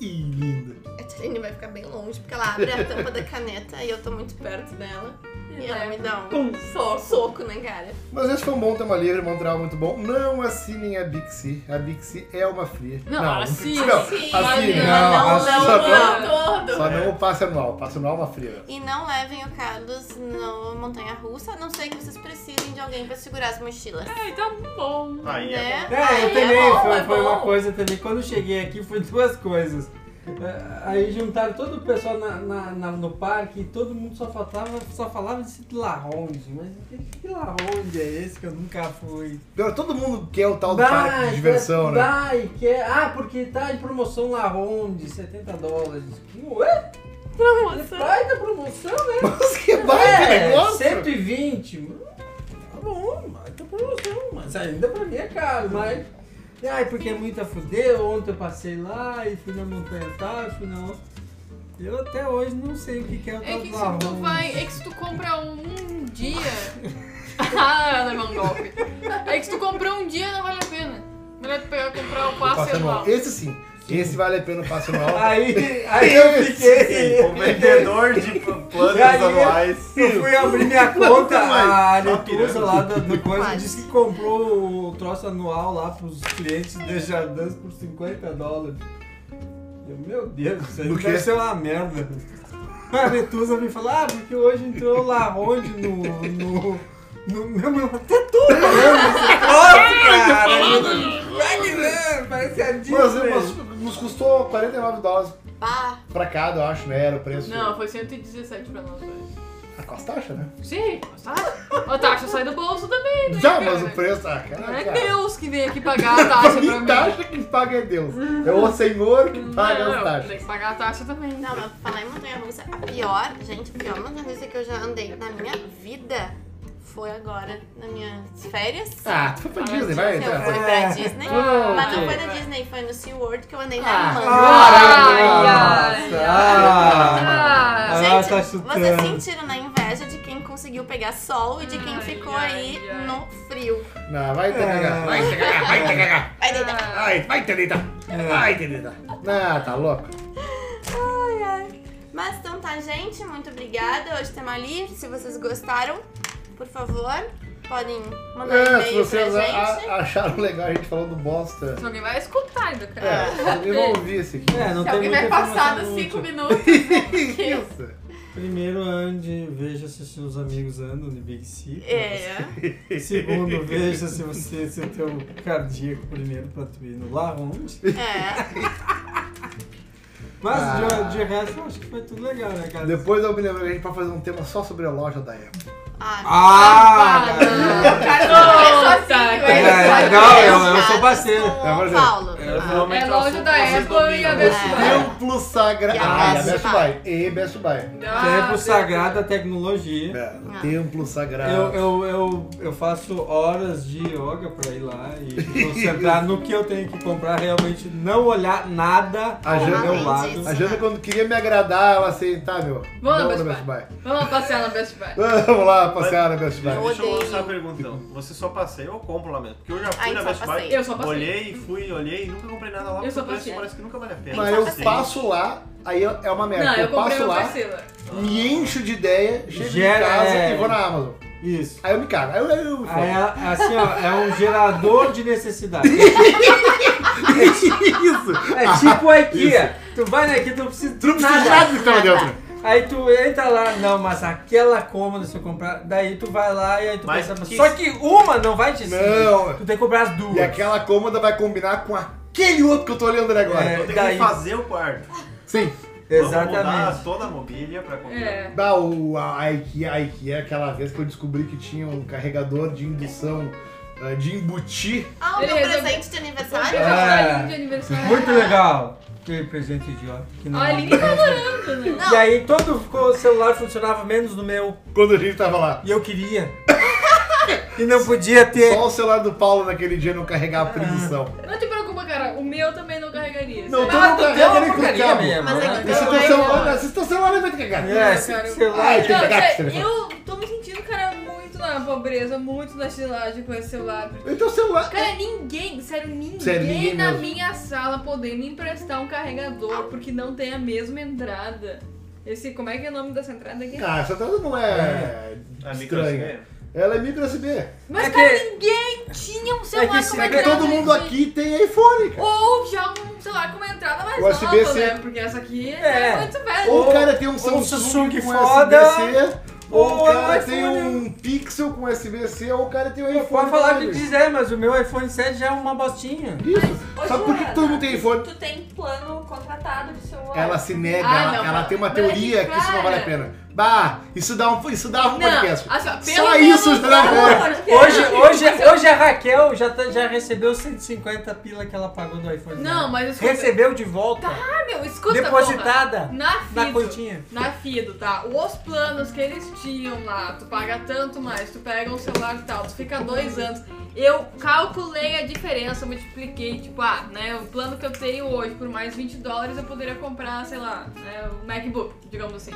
Speaker 3: Ih, linda.
Speaker 6: A Trini vai ficar bem longe, porque ela abre a tampa da caneta e eu tô muito perto dela. E ela me dá um soco, soco na cara.
Speaker 3: Mas esse foi um bom tema livre, Montreal muito bom. Não assinem a Bixi. A Bixi é uma fria.
Speaker 2: Não, assim, assinem.
Speaker 3: Não, assim,
Speaker 4: Sim,
Speaker 3: assinem.
Speaker 1: Não,
Speaker 4: não,
Speaker 1: assina.
Speaker 4: não, não,
Speaker 2: Não.
Speaker 4: todo.
Speaker 3: Só não o passe anual. O passe anual é uma fria.
Speaker 6: E não levem o Carlos na montanha russa, a não ser que vocês precisem de alguém pra segurar as mochilas.
Speaker 2: Ai, tá bom.
Speaker 5: Aí é
Speaker 6: né?
Speaker 1: É, eu
Speaker 6: Aí é
Speaker 1: também,
Speaker 6: bom,
Speaker 1: foi,
Speaker 6: é
Speaker 1: foi uma
Speaker 6: bom.
Speaker 1: coisa também. Quando eu cheguei aqui, foi duas coisas. É, Aí juntaram todo o pessoal na, na- na- no parque e todo mundo só falava, só falava desse Laronde. Mas que, que Laronde é esse que eu nunca fui?
Speaker 3: Agora, Todo mundo quer o tal do
Speaker 1: Dai,
Speaker 3: parque de diversão,
Speaker 1: quer-
Speaker 3: né?
Speaker 1: Dai, quer. Ah, porque tá em promoção Laronde, 70 dólares. Que- Ué?
Speaker 6: Promoção.
Speaker 1: Vai da promoção, né?
Speaker 3: Mas que né? baita
Speaker 1: é,
Speaker 3: negócio!
Speaker 1: 120. Hum, Tá bom, mas tá promoção, mas ainda pra mim é caro, mas. Ai, porque é muito a fuder, ontem eu passei lá e fui na montanha tal, e fui na outra. Eu até hoje não sei o que que é o
Speaker 2: É
Speaker 1: tal
Speaker 2: que
Speaker 1: do
Speaker 2: se tu
Speaker 1: arroz.
Speaker 2: vai. É que se tu compra um dia. ah, levar um golpe. É que se tu comprar um dia, não vale a pena. Melhor tu pegar e comprar o
Speaker 3: O
Speaker 2: passe
Speaker 3: passe
Speaker 2: anual.
Speaker 3: anual. Esse sim. Esse vale a pena o passe anual.
Speaker 1: Aí, aí eu fiquei.
Speaker 5: O vendedor de planos
Speaker 1: E aí,
Speaker 5: anuais.
Speaker 1: Eu fui abrir minha conta, a Netusa
Speaker 5: pirâmide.
Speaker 1: lá do, do coisa
Speaker 6: Quase.
Speaker 1: disse que comprou o troço anual lá pros clientes de Jardins por 50 dólares. Eu, meu Deus, isso aí
Speaker 3: Do
Speaker 1: deve
Speaker 3: quê?
Speaker 1: ser uma merda. A Netusa me falou, ah, porque hoje entrou lá onde no. no. no meu, meu até tu falando esse troço, cara! Vai que não, Parece a
Speaker 3: Mas,
Speaker 1: Disney.
Speaker 3: mas nos custou 49 dólares
Speaker 6: Pá.
Speaker 3: pra cada, eu acho, né? Era o preço.
Speaker 2: Não, foi 117 pra nós dois.
Speaker 3: Ah, com as taxas, né?
Speaker 2: Sim, tá? A taxa sai do bolso também, né?
Speaker 3: Já,
Speaker 2: cara?
Speaker 3: mas o preço. Ah,
Speaker 2: Não
Speaker 3: cara,
Speaker 2: é
Speaker 3: cara.
Speaker 2: Deus que vem aqui pagar a taxa pra
Speaker 3: Quem
Speaker 2: mim.
Speaker 3: taxa que paga é Deus. É o Senhor que paga
Speaker 2: não,
Speaker 3: as
Speaker 2: Tem
Speaker 3: taxas.
Speaker 2: que pagar a taxa também. né?
Speaker 6: Não, mas falar em montanha russa, é a pior, gente, a pior montanha russa que eu já andei na minha vida foi agora, nas minhas férias.
Speaker 3: Ah, tu foi pra Disney,
Speaker 2: é
Speaker 3: vai.
Speaker 6: Eu
Speaker 3: tá.
Speaker 6: fui
Speaker 1: É.
Speaker 6: pra Disney,
Speaker 2: Ah,
Speaker 6: mas não
Speaker 2: ok.
Speaker 6: foi na Disney, foi no SeaWorld que eu andei
Speaker 3: Ah,
Speaker 6: na Irlanda.
Speaker 2: Ai,
Speaker 1: Nossa,
Speaker 2: ai,
Speaker 1: ah.
Speaker 2: Ah,
Speaker 1: Ah,
Speaker 6: Gente,
Speaker 1: tá chutando.
Speaker 6: vocês sentiram na inveja de quem conseguiu pegar sol e de quem
Speaker 2: Ai,
Speaker 6: ficou
Speaker 2: ai,
Speaker 6: aí
Speaker 2: ai.
Speaker 6: no frio.
Speaker 3: Não, vai te cagar. Vai te cagar, vai te cagar.
Speaker 6: Vai deitar.
Speaker 3: Ai, vai te deitar. Vai te deitar. Ah, tá louco.
Speaker 6: Ai, ai. Mas então tá, gente. Muito obrigada. Hoje tema livre. Se vocês gostaram, por favor, podem mandar
Speaker 3: É, se
Speaker 6: e-mail pra
Speaker 3: vocês a- a-
Speaker 6: gente.
Speaker 3: acharam legal a gente falando bosta.
Speaker 2: Se alguém vai escutar ainda, cara.
Speaker 3: É, eu não ouvi esse aqui.
Speaker 1: É, não
Speaker 4: Se
Speaker 1: tem
Speaker 4: alguém vai
Speaker 1: muita
Speaker 4: passar
Speaker 1: informação
Speaker 4: dos cinco
Speaker 1: útil.
Speaker 4: minutos.
Speaker 3: Que isso?
Speaker 1: Primeiro, ande, veja se seus amigos andam de Big C.
Speaker 6: É.
Speaker 1: Segundo, veja se você se o teu cardíaco primeiro pra tu ir no La Ronde.
Speaker 6: É.
Speaker 1: Mas
Speaker 3: Ah.
Speaker 1: de, de resto, eu acho que foi tudo legal, né, cara?
Speaker 3: Depois eu me lembrei que a gente vai fazer um tema só sobre a loja da Apple.
Speaker 6: Ah,
Speaker 1: Ah!
Speaker 2: Ah,
Speaker 4: Carlos,
Speaker 2: tá,
Speaker 4: não
Speaker 1: É,
Speaker 4: é sozinho,
Speaker 1: é,
Speaker 4: é
Speaker 1: não,
Speaker 4: só-
Speaker 1: eu, eu sou parceiro.
Speaker 3: É, por
Speaker 6: com o
Speaker 3: exemplo,
Speaker 6: Paulo.
Speaker 1: é,
Speaker 6: Ah,
Speaker 5: não-
Speaker 2: É longe da
Speaker 5: Vocês
Speaker 2: Apple e a
Speaker 3: né?
Speaker 5: dominam.
Speaker 2: Best Buy.
Speaker 3: Templo Sagrado.
Speaker 6: E a
Speaker 3: Ah, e a
Speaker 6: Best
Speaker 3: Best
Speaker 6: Buy.
Speaker 3: Buy. E Best Buy.
Speaker 1: Tempo
Speaker 2: Ah,
Speaker 1: sagrado da tecnologia.
Speaker 3: É, o Templo Sagrado.
Speaker 1: Eu, eu, eu, eu faço horas de yoga pra ir lá e me concentrar no que eu tenho que comprar, realmente não olhar nada
Speaker 3: A
Speaker 1: ao
Speaker 3: Jana-
Speaker 1: meu lado.
Speaker 6: Além disso.
Speaker 3: A Jana, quando queria me agradar, ela assim, tá, meu.
Speaker 2: Vamos na
Speaker 3: no
Speaker 2: Best Buy. Vamos lá passear na Best Buy.
Speaker 3: Vamos lá, passear na Best Buy.
Speaker 6: Eu
Speaker 5: Deixa eu
Speaker 6: odeio.
Speaker 5: lançar a pergunta então. Você só passeia ou compra lá mesmo? Porque eu já fui
Speaker 6: Ai,
Speaker 5: na
Speaker 6: só
Speaker 5: Best Buy,
Speaker 6: passeio.
Speaker 2: Eu só passei.
Speaker 5: olhei, fui, olhei e nunca comprei nada lá.
Speaker 2: Eu
Speaker 5: porque
Speaker 2: só
Speaker 5: o preço
Speaker 2: passei.
Speaker 5: Parece que nunca vale a pena.
Speaker 3: Mas eu
Speaker 5: Sim.
Speaker 3: passo lá, aí é uma merda.
Speaker 2: Não, eu comprei um
Speaker 3: passo
Speaker 2: uma
Speaker 3: lá,
Speaker 2: parcela.
Speaker 3: me encho de ideia, chego em
Speaker 1: Gera-
Speaker 3: casa
Speaker 1: é.
Speaker 3: e vou na Amazon.
Speaker 1: Isso.
Speaker 3: Aí eu me cago. Aí eu, eu, eu
Speaker 1: Aí, é- assim, ó, é um gerador de necessidade.
Speaker 3: É Isso!
Speaker 1: É tipo a IKEA. Tu vai na IKEA, tu não precisa
Speaker 3: Tu não
Speaker 1: de
Speaker 3: precisa de
Speaker 1: nada.
Speaker 3: nada do que tava dentro.
Speaker 1: Aí tu entra lá, não, mas aquela cômoda se eu comprar, daí tu vai lá e aí tu
Speaker 5: Mas
Speaker 1: pensa,
Speaker 5: que-
Speaker 1: só que uma não vai te servir.
Speaker 3: Não.
Speaker 1: Tu tem que comprar as duas.
Speaker 3: E aquela cômoda vai combinar com aquele outro que eu tô olhando ali agora.
Speaker 1: É.
Speaker 5: Eu tenho
Speaker 1: daí-
Speaker 5: que fazer o quarto.
Speaker 3: Sim.
Speaker 5: Vamos
Speaker 1: Exatamente.
Speaker 5: mudar toda a mobília pra comprar.
Speaker 2: É.
Speaker 3: Bah, o, a, a IKEA, a IKEA, aquela vez que eu descobri que tinha um carregador de indução, ah, de embutir.
Speaker 6: Ah, o
Speaker 2: Ele
Speaker 6: meu
Speaker 2: resolveu-
Speaker 6: presente de
Speaker 2: Sabe,
Speaker 6: aniversário?
Speaker 2: eu
Speaker 1: Ah.
Speaker 2: saí de aniversário.
Speaker 1: Muito legal. Que presente idiota. Que não
Speaker 2: Olha,
Speaker 1: é um
Speaker 2: ninguém tá
Speaker 1: presente.
Speaker 2: adorando, né?
Speaker 1: E aí todo o celular funcionava menos no meu.
Speaker 3: Quando a gente tava lá.
Speaker 1: E eu queria. e não podia ter.
Speaker 3: Só o celular do Paulo naquele dia não carregava
Speaker 1: Ah.
Speaker 3: a presunção.
Speaker 2: Não te preocupa, cara. O meu também não carregaria.
Speaker 3: Não,
Speaker 2: sabe?
Speaker 3: tô-
Speaker 1: Ah,
Speaker 3: não
Speaker 1: também é uma
Speaker 3: nem com
Speaker 1: porcaria
Speaker 3: cabo.
Speaker 1: mesmo,
Speaker 6: Mas é
Speaker 1: né?
Speaker 6: que
Speaker 3: Esse teu
Speaker 6: também,
Speaker 3: celular,
Speaker 6: ó.
Speaker 3: esse teu celular não vai te cagar.
Speaker 1: É,
Speaker 2: Não, cara,
Speaker 1: esse
Speaker 2: eu-
Speaker 1: celular.
Speaker 3: Ai, tem que
Speaker 2: Não,
Speaker 3: cagar com
Speaker 2: sério,
Speaker 3: esse telefone.
Speaker 2: tipo, eu tô me sentindo, cara, muito na pobreza, muito na chinelagem com esse celular.
Speaker 3: E teu celular.
Speaker 2: Cara, ninguém, sério, ninguém,
Speaker 3: Sério, ninguém
Speaker 2: na
Speaker 3: mesmo.
Speaker 2: minha sala poder me emprestar um carregador porque não tem a mesma entrada. Esse, como é que é o nome dessa entrada aqui?
Speaker 3: Ah, essa tela não é,
Speaker 5: A micro
Speaker 3: estranha.
Speaker 5: USB.
Speaker 3: Ela é micro USB.
Speaker 2: Mas,
Speaker 1: É
Speaker 2: cara,
Speaker 1: que-
Speaker 2: ninguém tinha um
Speaker 1: É
Speaker 2: celular
Speaker 1: que
Speaker 2: com
Speaker 1: se-
Speaker 2: uma
Speaker 1: é que
Speaker 2: entrada.
Speaker 3: Todo mundo aqui tem iPhone, cara.
Speaker 2: Ou já um celular com uma entrada mais
Speaker 3: USB-C.
Speaker 2: nova, né? Porque essa aqui é,
Speaker 1: É.
Speaker 2: muito velha.
Speaker 3: Ou
Speaker 1: Ou-
Speaker 3: o cara tem um
Speaker 1: ou
Speaker 3: Samsung,
Speaker 1: Samsung
Speaker 3: com
Speaker 1: foda,
Speaker 3: USB-C, ou
Speaker 1: ou
Speaker 3: o cara
Speaker 1: iPhone.
Speaker 3: tem um Pixel com USB-C, ou o cara tem um iPhone.
Speaker 1: Pode falar o que
Speaker 3: também.
Speaker 1: quiser, mas o meu iPhone 7 já é uma bostinha.
Speaker 3: Isso.
Speaker 4: Ô,
Speaker 3: Sabe por que que todo mundo tem iPhone?
Speaker 4: Tu tem plano contratado de celular.
Speaker 3: Ela se nega,
Speaker 2: Ah,
Speaker 3: ela,
Speaker 2: não,
Speaker 3: ela
Speaker 2: mas-
Speaker 3: tem uma
Speaker 2: mas
Speaker 3: teoria que isso não
Speaker 2: cara.
Speaker 3: vale a pena. Bah, isso dá um, isso dá um podcast.
Speaker 2: Não, assim, ó, pelo
Speaker 3: Só isso já dá um
Speaker 4: Pelo
Speaker 3: podcast.
Speaker 4: amor de Deus.
Speaker 1: Hoje, hoje, hoje a Raquel já, tá- já recebeu 150 pila que ela pagou do
Speaker 2: Não,
Speaker 1: iPhone. dela.
Speaker 2: mas escuta.
Speaker 1: Recebeu de volta,
Speaker 2: Ah, meu, escuta,
Speaker 1: depositada
Speaker 2: porra. Na Fido.
Speaker 1: na continha.
Speaker 2: Na Fido, tá? Os planos que eles tinham lá, tu paga tanto mais, tu pega um celular e tal, tu fica dois anos. Eu calculei a diferença, multipliquei, tipo, ah, né, o plano que eu tenho hoje por mais 20 dólares eu poderia comprar, sei lá, né, o MacBook, digamos assim.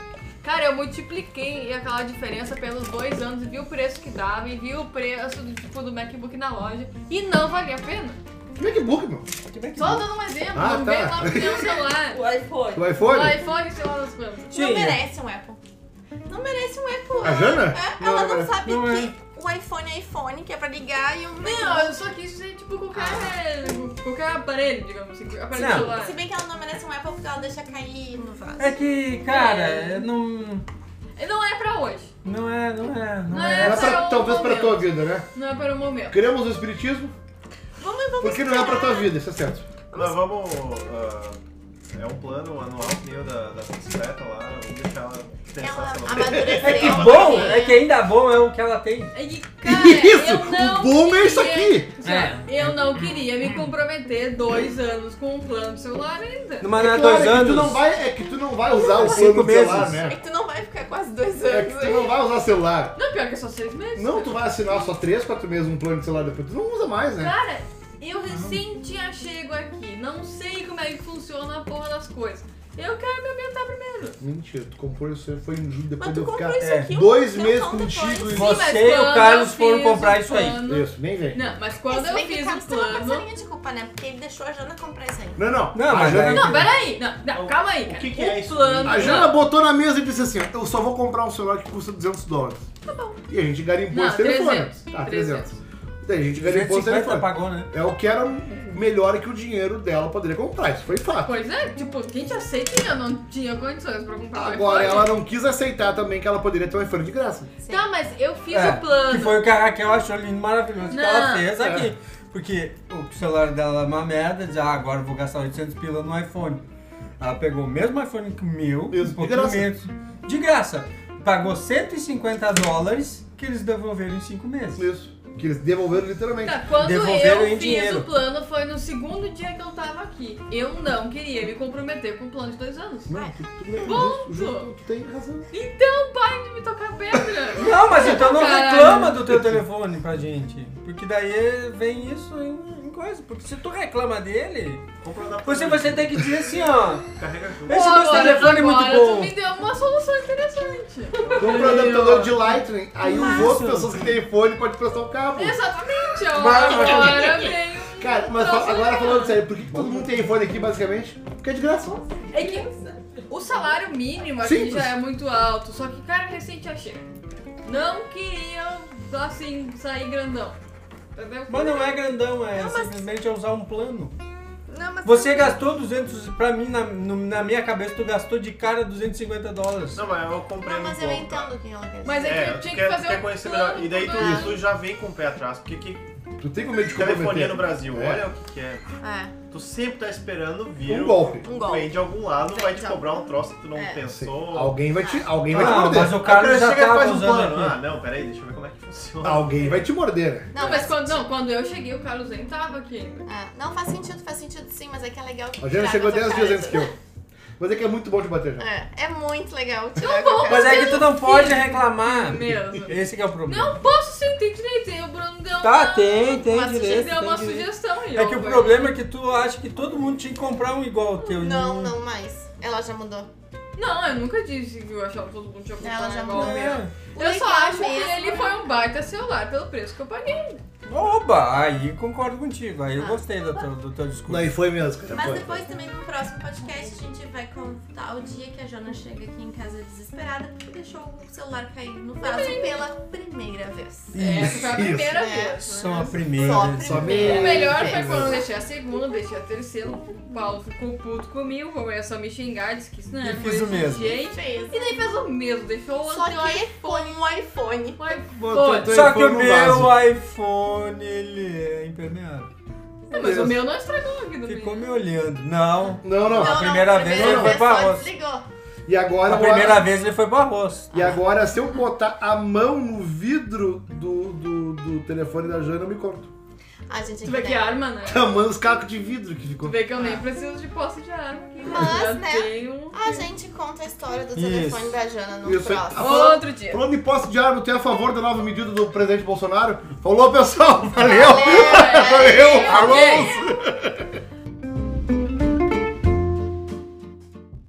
Speaker 2: Cara, eu multipliquei aquela diferença pelos dois anos e vi o preço que dava e vi o preço do tipo do MacBook na loja e não valia a pena.
Speaker 3: MacBook, é meu.
Speaker 1: é
Speaker 2: Só dando um exemplo,
Speaker 3: Ah,
Speaker 2: não
Speaker 3: tá.
Speaker 2: veio o nome do meu celular.
Speaker 4: O iPhone.
Speaker 3: O iPhone?
Speaker 2: O iPhone, sei lá, das quantas.
Speaker 1: Tinha.
Speaker 6: Não merece um Apple. Não merece um Apple.
Speaker 3: A Jana?
Speaker 6: É, ela não, sabe
Speaker 1: não é.
Speaker 6: que o iPhone é iPhone, que é pra ligar e o
Speaker 2: Não, eu só quis dizer, tipo, qualquer, qualquer aparelho, digamos assim, aparelho
Speaker 1: Não.
Speaker 2: celular.
Speaker 6: Se bem que ela não merece um Apple porque ela deixa cair no vaso.
Speaker 1: É que, cara, é, não,
Speaker 2: Não é pra hoje,
Speaker 1: não é, não é,
Speaker 2: Não
Speaker 1: não, é.
Speaker 3: Não é
Speaker 2: essa
Speaker 3: pra-
Speaker 2: é o
Speaker 3: talvez pra
Speaker 2: momento.
Speaker 3: tua vida, né?
Speaker 2: não é para o momento.
Speaker 3: Queremos o espiritismo,
Speaker 6: Vamos, vamos
Speaker 3: porque não é pra tua vida, isso é certo.
Speaker 5: Mas vamos. ah, é um plano anual meu da, da bicicleta lá. Vamos deixar ela
Speaker 6: Ela
Speaker 5: pensar se ela
Speaker 6: amadureceu.
Speaker 1: É que bom, é que ainda bom é o que ela tem.
Speaker 2: É que, cara,
Speaker 3: isso!
Speaker 2: eu não
Speaker 3: O bom
Speaker 2: queria,
Speaker 3: é isso aqui!
Speaker 2: Já, Eu não queria me comprometer dois anos com um plano de celular ainda.
Speaker 1: Numa não é
Speaker 3: Claro, é
Speaker 1: dois
Speaker 3: que
Speaker 1: anos.
Speaker 3: Tu não vai, é que tu não vai usar o
Speaker 1: Cinco
Speaker 3: plano do celular,
Speaker 1: meses.
Speaker 6: É
Speaker 3: né?
Speaker 6: que tu não vai ficar quase dois
Speaker 3: É
Speaker 6: anos
Speaker 3: que tu
Speaker 6: aí.
Speaker 3: não vai usar celular.
Speaker 2: Não, pior que é só seis meses.
Speaker 3: Não, tu vai assinar só 3, 4 meses um plano de celular depois. Tu não usa mais, né?
Speaker 2: Cara, eu recém tinha chego aqui, não sei como é que funciona a porra das coisas. Eu quero me ambientar primeiro.
Speaker 3: Mentira, tu comprou isso foi em julho, depois
Speaker 6: Mas
Speaker 3: de
Speaker 6: tu
Speaker 3: eu ficar
Speaker 6: comprou isso
Speaker 1: é,
Speaker 6: aqui um
Speaker 3: dois
Speaker 6: tempão
Speaker 3: meses
Speaker 6: depois.
Speaker 3: contigo e-
Speaker 1: Sim, Você
Speaker 2: mas
Speaker 1: e o
Speaker 2: quando
Speaker 1: Carlos
Speaker 2: eu
Speaker 1: foram
Speaker 2: fiz
Speaker 1: comprar
Speaker 2: o
Speaker 1: isso aí.
Speaker 2: plano-
Speaker 3: Isso, nem vem.
Speaker 2: Não, mas
Speaker 6: É,
Speaker 2: quando
Speaker 6: se
Speaker 2: eu
Speaker 6: bem que o
Speaker 2: fiz
Speaker 6: Carlos
Speaker 2: o
Speaker 6: tem uma
Speaker 2: plano.
Speaker 6: parcelinha de culpa, né? Porque ele deixou a Jana comprar isso aí.
Speaker 3: Não, não.
Speaker 1: Não,
Speaker 3: a
Speaker 1: mas
Speaker 3: Jana,
Speaker 1: aí-
Speaker 2: Não, peraí. Não, não,
Speaker 5: O-
Speaker 2: calma aí,
Speaker 5: o
Speaker 2: cara.
Speaker 5: que que é isso?
Speaker 2: plano,
Speaker 3: a Jana
Speaker 2: não.
Speaker 3: botou na mesa e disse assim, ó, eu só vou comprar um celular que custa 200 dólares. Tá bom. E a gente garimpou
Speaker 2: Não,
Speaker 3: esse telefone.
Speaker 2: 300.
Speaker 1: Ah,
Speaker 3: Tá, 300.
Speaker 2: 300.
Speaker 3: Daí a gente garimpou esse
Speaker 1: 150
Speaker 3: telefone.
Speaker 1: pagou, né?
Speaker 3: É o que era o melhor que o dinheiro dela poderia comprar, isso foi
Speaker 1: Tá.
Speaker 3: fato.
Speaker 2: Pois é, tipo, quem te aceita eu não tinha condições pra comprar um
Speaker 3: Agora,
Speaker 2: iPhone.
Speaker 3: ela não quis aceitar também que ela poderia ter um iPhone de graça.
Speaker 2: Tá, mas eu fiz
Speaker 1: É,
Speaker 2: o plano.
Speaker 1: Que foi o que a Raquel achou lindo, maravilhoso, que
Speaker 2: Não.
Speaker 1: ela fez
Speaker 3: É.
Speaker 1: aqui. Porque o celular dela é uma merda, diz, ah, agora eu vou gastar 800 pila no iPhone. Ela pegou o mesmo iPhone que o meu, um
Speaker 3: Isso, de
Speaker 1: pouquinho
Speaker 3: graça.
Speaker 1: menos, de graça. Pagou 150 dólares que eles devolveram em 5 meses.
Speaker 3: Isso. Que eles devolveram literalmente.
Speaker 2: Tá, quando
Speaker 1: Devolveram
Speaker 2: eu
Speaker 1: em
Speaker 2: fiz
Speaker 1: dinheiro.
Speaker 2: o plano, foi no segundo dia que eu tava aqui. Eu não queria me comprometer com um plano de dois anos.
Speaker 3: Não, tu, tu, tu,
Speaker 2: ponto.
Speaker 3: justo, justo, tu tem razão.
Speaker 2: Então parem de me tocar pedra!
Speaker 1: Não, mas então não
Speaker 2: Caralho.
Speaker 1: reclama do teu telefone pra gente. Porque daí vem isso em, em coisa. Porque se tu reclama dele, você, você tem que dizer assim, ó.
Speaker 5: Carrega junto.
Speaker 1: Esse meu
Speaker 2: Agora-
Speaker 1: telefone é muito
Speaker 2: agora tu
Speaker 1: bom.
Speaker 2: me deu uma solução interessante.
Speaker 3: Compra um adaptador de Lightning, aí os
Speaker 1: Massa.
Speaker 3: outros pessoas que têm fone podem prestar um o cabo.
Speaker 2: Exatamente, ó.
Speaker 1: Vai, vai.
Speaker 2: Agora vem.
Speaker 3: Cara, mas
Speaker 2: Nossa,
Speaker 3: fa- agora
Speaker 2: legal.
Speaker 3: falando sério, por que, que todo mundo tem iPhone aqui basicamente? Porque é de graça.
Speaker 2: É que o salário mínimo aqui
Speaker 3: Simples.
Speaker 2: já é muito alto, só que cara recente achei. Não queria, assim, sair grandão. Entendeu?
Speaker 1: Mas não é grandão, é
Speaker 6: Não, mas-
Speaker 1: simplesmente é usar um plano.
Speaker 6: Não, mas
Speaker 1: Você gastou 200, pra mim, na, no- na minha cabeça, tu gastou de cara 250 dólares.
Speaker 5: Não, mas eu comprei
Speaker 6: Não, mas
Speaker 5: no
Speaker 6: eu
Speaker 5: ponto.
Speaker 1: tá.
Speaker 6: entendo quem ela quer dizer.
Speaker 2: Mas é,
Speaker 5: É,
Speaker 2: que eu
Speaker 5: tu
Speaker 2: tinha
Speaker 5: quer,
Speaker 2: que fazer
Speaker 5: tu quer
Speaker 2: um
Speaker 5: conhecer
Speaker 2: plano
Speaker 5: melhor. E daí tu,
Speaker 2: pra-
Speaker 5: tu já vem com o pé atrás. Porque que
Speaker 3: Tu tem com medo de
Speaker 5: telefonia
Speaker 3: comprometer.
Speaker 5: no Brasil,
Speaker 3: É.
Speaker 5: olha o que, que é.
Speaker 6: É,
Speaker 5: Tu sempre tá esperando vir
Speaker 3: Um golpe.
Speaker 6: um
Speaker 5: Tu vem
Speaker 6: golpe.
Speaker 5: de algum lado,
Speaker 6: Vem
Speaker 5: vai te
Speaker 6: de algum-
Speaker 5: cobrar um troço que tu não
Speaker 6: É.
Speaker 3: Sim.
Speaker 5: pensou.
Speaker 3: Alguém vai te, alguém vai te
Speaker 1: Ah,
Speaker 3: morder.
Speaker 1: mas o
Speaker 5: O cara
Speaker 1: Carlos já
Speaker 5: chega e
Speaker 1: tava
Speaker 5: faz um
Speaker 1: usando
Speaker 5: plano. Ah,
Speaker 1: aqui.
Speaker 5: não, peraí, deixa eu ver como é que funciona.
Speaker 3: Alguém vai te morder. né?
Speaker 6: Não,
Speaker 2: Não, mas quando, não, quando eu cheguei, o Carlos nem tava aqui ainda.
Speaker 6: é, não faz sentido, faz sentido sim, mas é que é legal que
Speaker 3: A Jana
Speaker 6: tirar
Speaker 3: chegou
Speaker 6: com a
Speaker 3: 10
Speaker 6: tua
Speaker 3: dias
Speaker 6: cara.
Speaker 3: antes que Tá, eu. Mas é que é muito bom de bater já.
Speaker 6: É, é muito legal tirar com a cara.
Speaker 1: Mas é que tu não pode reclamar.
Speaker 2: Mesmo.
Speaker 1: Esse que é o problema.
Speaker 2: Não posso sim, tem direito. E o Bruno deu
Speaker 1: Tá,
Speaker 2: uma...
Speaker 1: tem, tem
Speaker 6: Mas
Speaker 2: Ele
Speaker 1: direito.
Speaker 2: deu
Speaker 1: tem
Speaker 2: uma
Speaker 1: direito.
Speaker 2: sugestão aí.
Speaker 1: É que o problema é que tu acha que todo mundo tinha que comprar um igual ao teu. e
Speaker 6: Não, não mais. Ela já mudou.
Speaker 2: Não, eu nunca disse que eu achava que todo mundo tinha comprado
Speaker 6: Ela já
Speaker 2: um
Speaker 1: É.
Speaker 2: igual ao meu.
Speaker 6: O
Speaker 2: Eu só
Speaker 6: legal
Speaker 2: acho que
Speaker 6: mesmo- né?
Speaker 2: ele foi um baita celular pelo preço que eu paguei.
Speaker 1: Oba, aí concordo contigo. Aí eu
Speaker 6: Ah.
Speaker 1: gostei do teu, do teu discurso.
Speaker 3: Não, e foi mesmo, cara.
Speaker 6: Mas
Speaker 3: Foi.
Speaker 6: depois também no próximo podcast a gente vai contar o dia que a Jana chega aqui em casa desesperada porque deixou o celular cair no vaso pela primeira vez.
Speaker 2: Essa É, foi a primeira
Speaker 6: Isso.
Speaker 2: vez.
Speaker 1: Só
Speaker 2: né?
Speaker 1: a primeira.
Speaker 6: Só a
Speaker 1: né?
Speaker 3: Só
Speaker 2: O
Speaker 3: me-
Speaker 2: melhor
Speaker 6: Sim.
Speaker 2: foi quando eu deixei a segunda, deixei a terceira, o Paulo ficou puto comigo, começou a me xingar, disse que isso não
Speaker 1: E
Speaker 2: é
Speaker 1: fiz
Speaker 2: coisa
Speaker 1: o
Speaker 2: de
Speaker 1: mesmo.
Speaker 2: gente.
Speaker 6: Fez.
Speaker 2: E daí fez o mesmo, deixou o
Speaker 6: Só
Speaker 2: outro
Speaker 6: que com um iPhone.
Speaker 2: Mas
Speaker 3: Botou
Speaker 2: Pô,
Speaker 3: teu
Speaker 1: Só que o
Speaker 3: iPhone então no vaso.
Speaker 1: meu ah, iPhone, ele é impermeável.
Speaker 2: mas o meu não estragou aqui do
Speaker 1: Ficou
Speaker 2: meio.
Speaker 1: me olhando. Não.
Speaker 3: Não, não.
Speaker 1: A primeira vez
Speaker 3: ele foi
Speaker 1: pra
Speaker 6: só
Speaker 1: roça.
Speaker 6: desligou.
Speaker 3: E agora.
Speaker 1: A primeira vez ele foi pro arroz.
Speaker 3: E agora, se eu botar a mão no vidro do, do, do telefone da Jana, eu me corto.
Speaker 6: A gente
Speaker 2: Tu vê que
Speaker 6: né?
Speaker 2: arma, né?
Speaker 3: Tamanho os cacos de vidro que
Speaker 2: Tu
Speaker 3: ficou.
Speaker 2: vê que eu
Speaker 1: Ah.
Speaker 2: nem preciso de posse de arma aqui.
Speaker 6: Mas,
Speaker 2: já
Speaker 6: né?
Speaker 2: tenho
Speaker 6: A gente conta a história do
Speaker 1: Isso.
Speaker 6: telefone da Jana no
Speaker 3: Isso aí.
Speaker 6: próximo.
Speaker 2: outro dia.
Speaker 3: Falando em posse de arma, tu é a favor da nova medida do presidente Bolsonaro? Falou, pessoal! Valeu!
Speaker 6: Valeu!
Speaker 3: Valeu!
Speaker 2: Valeu!
Speaker 3: Falou!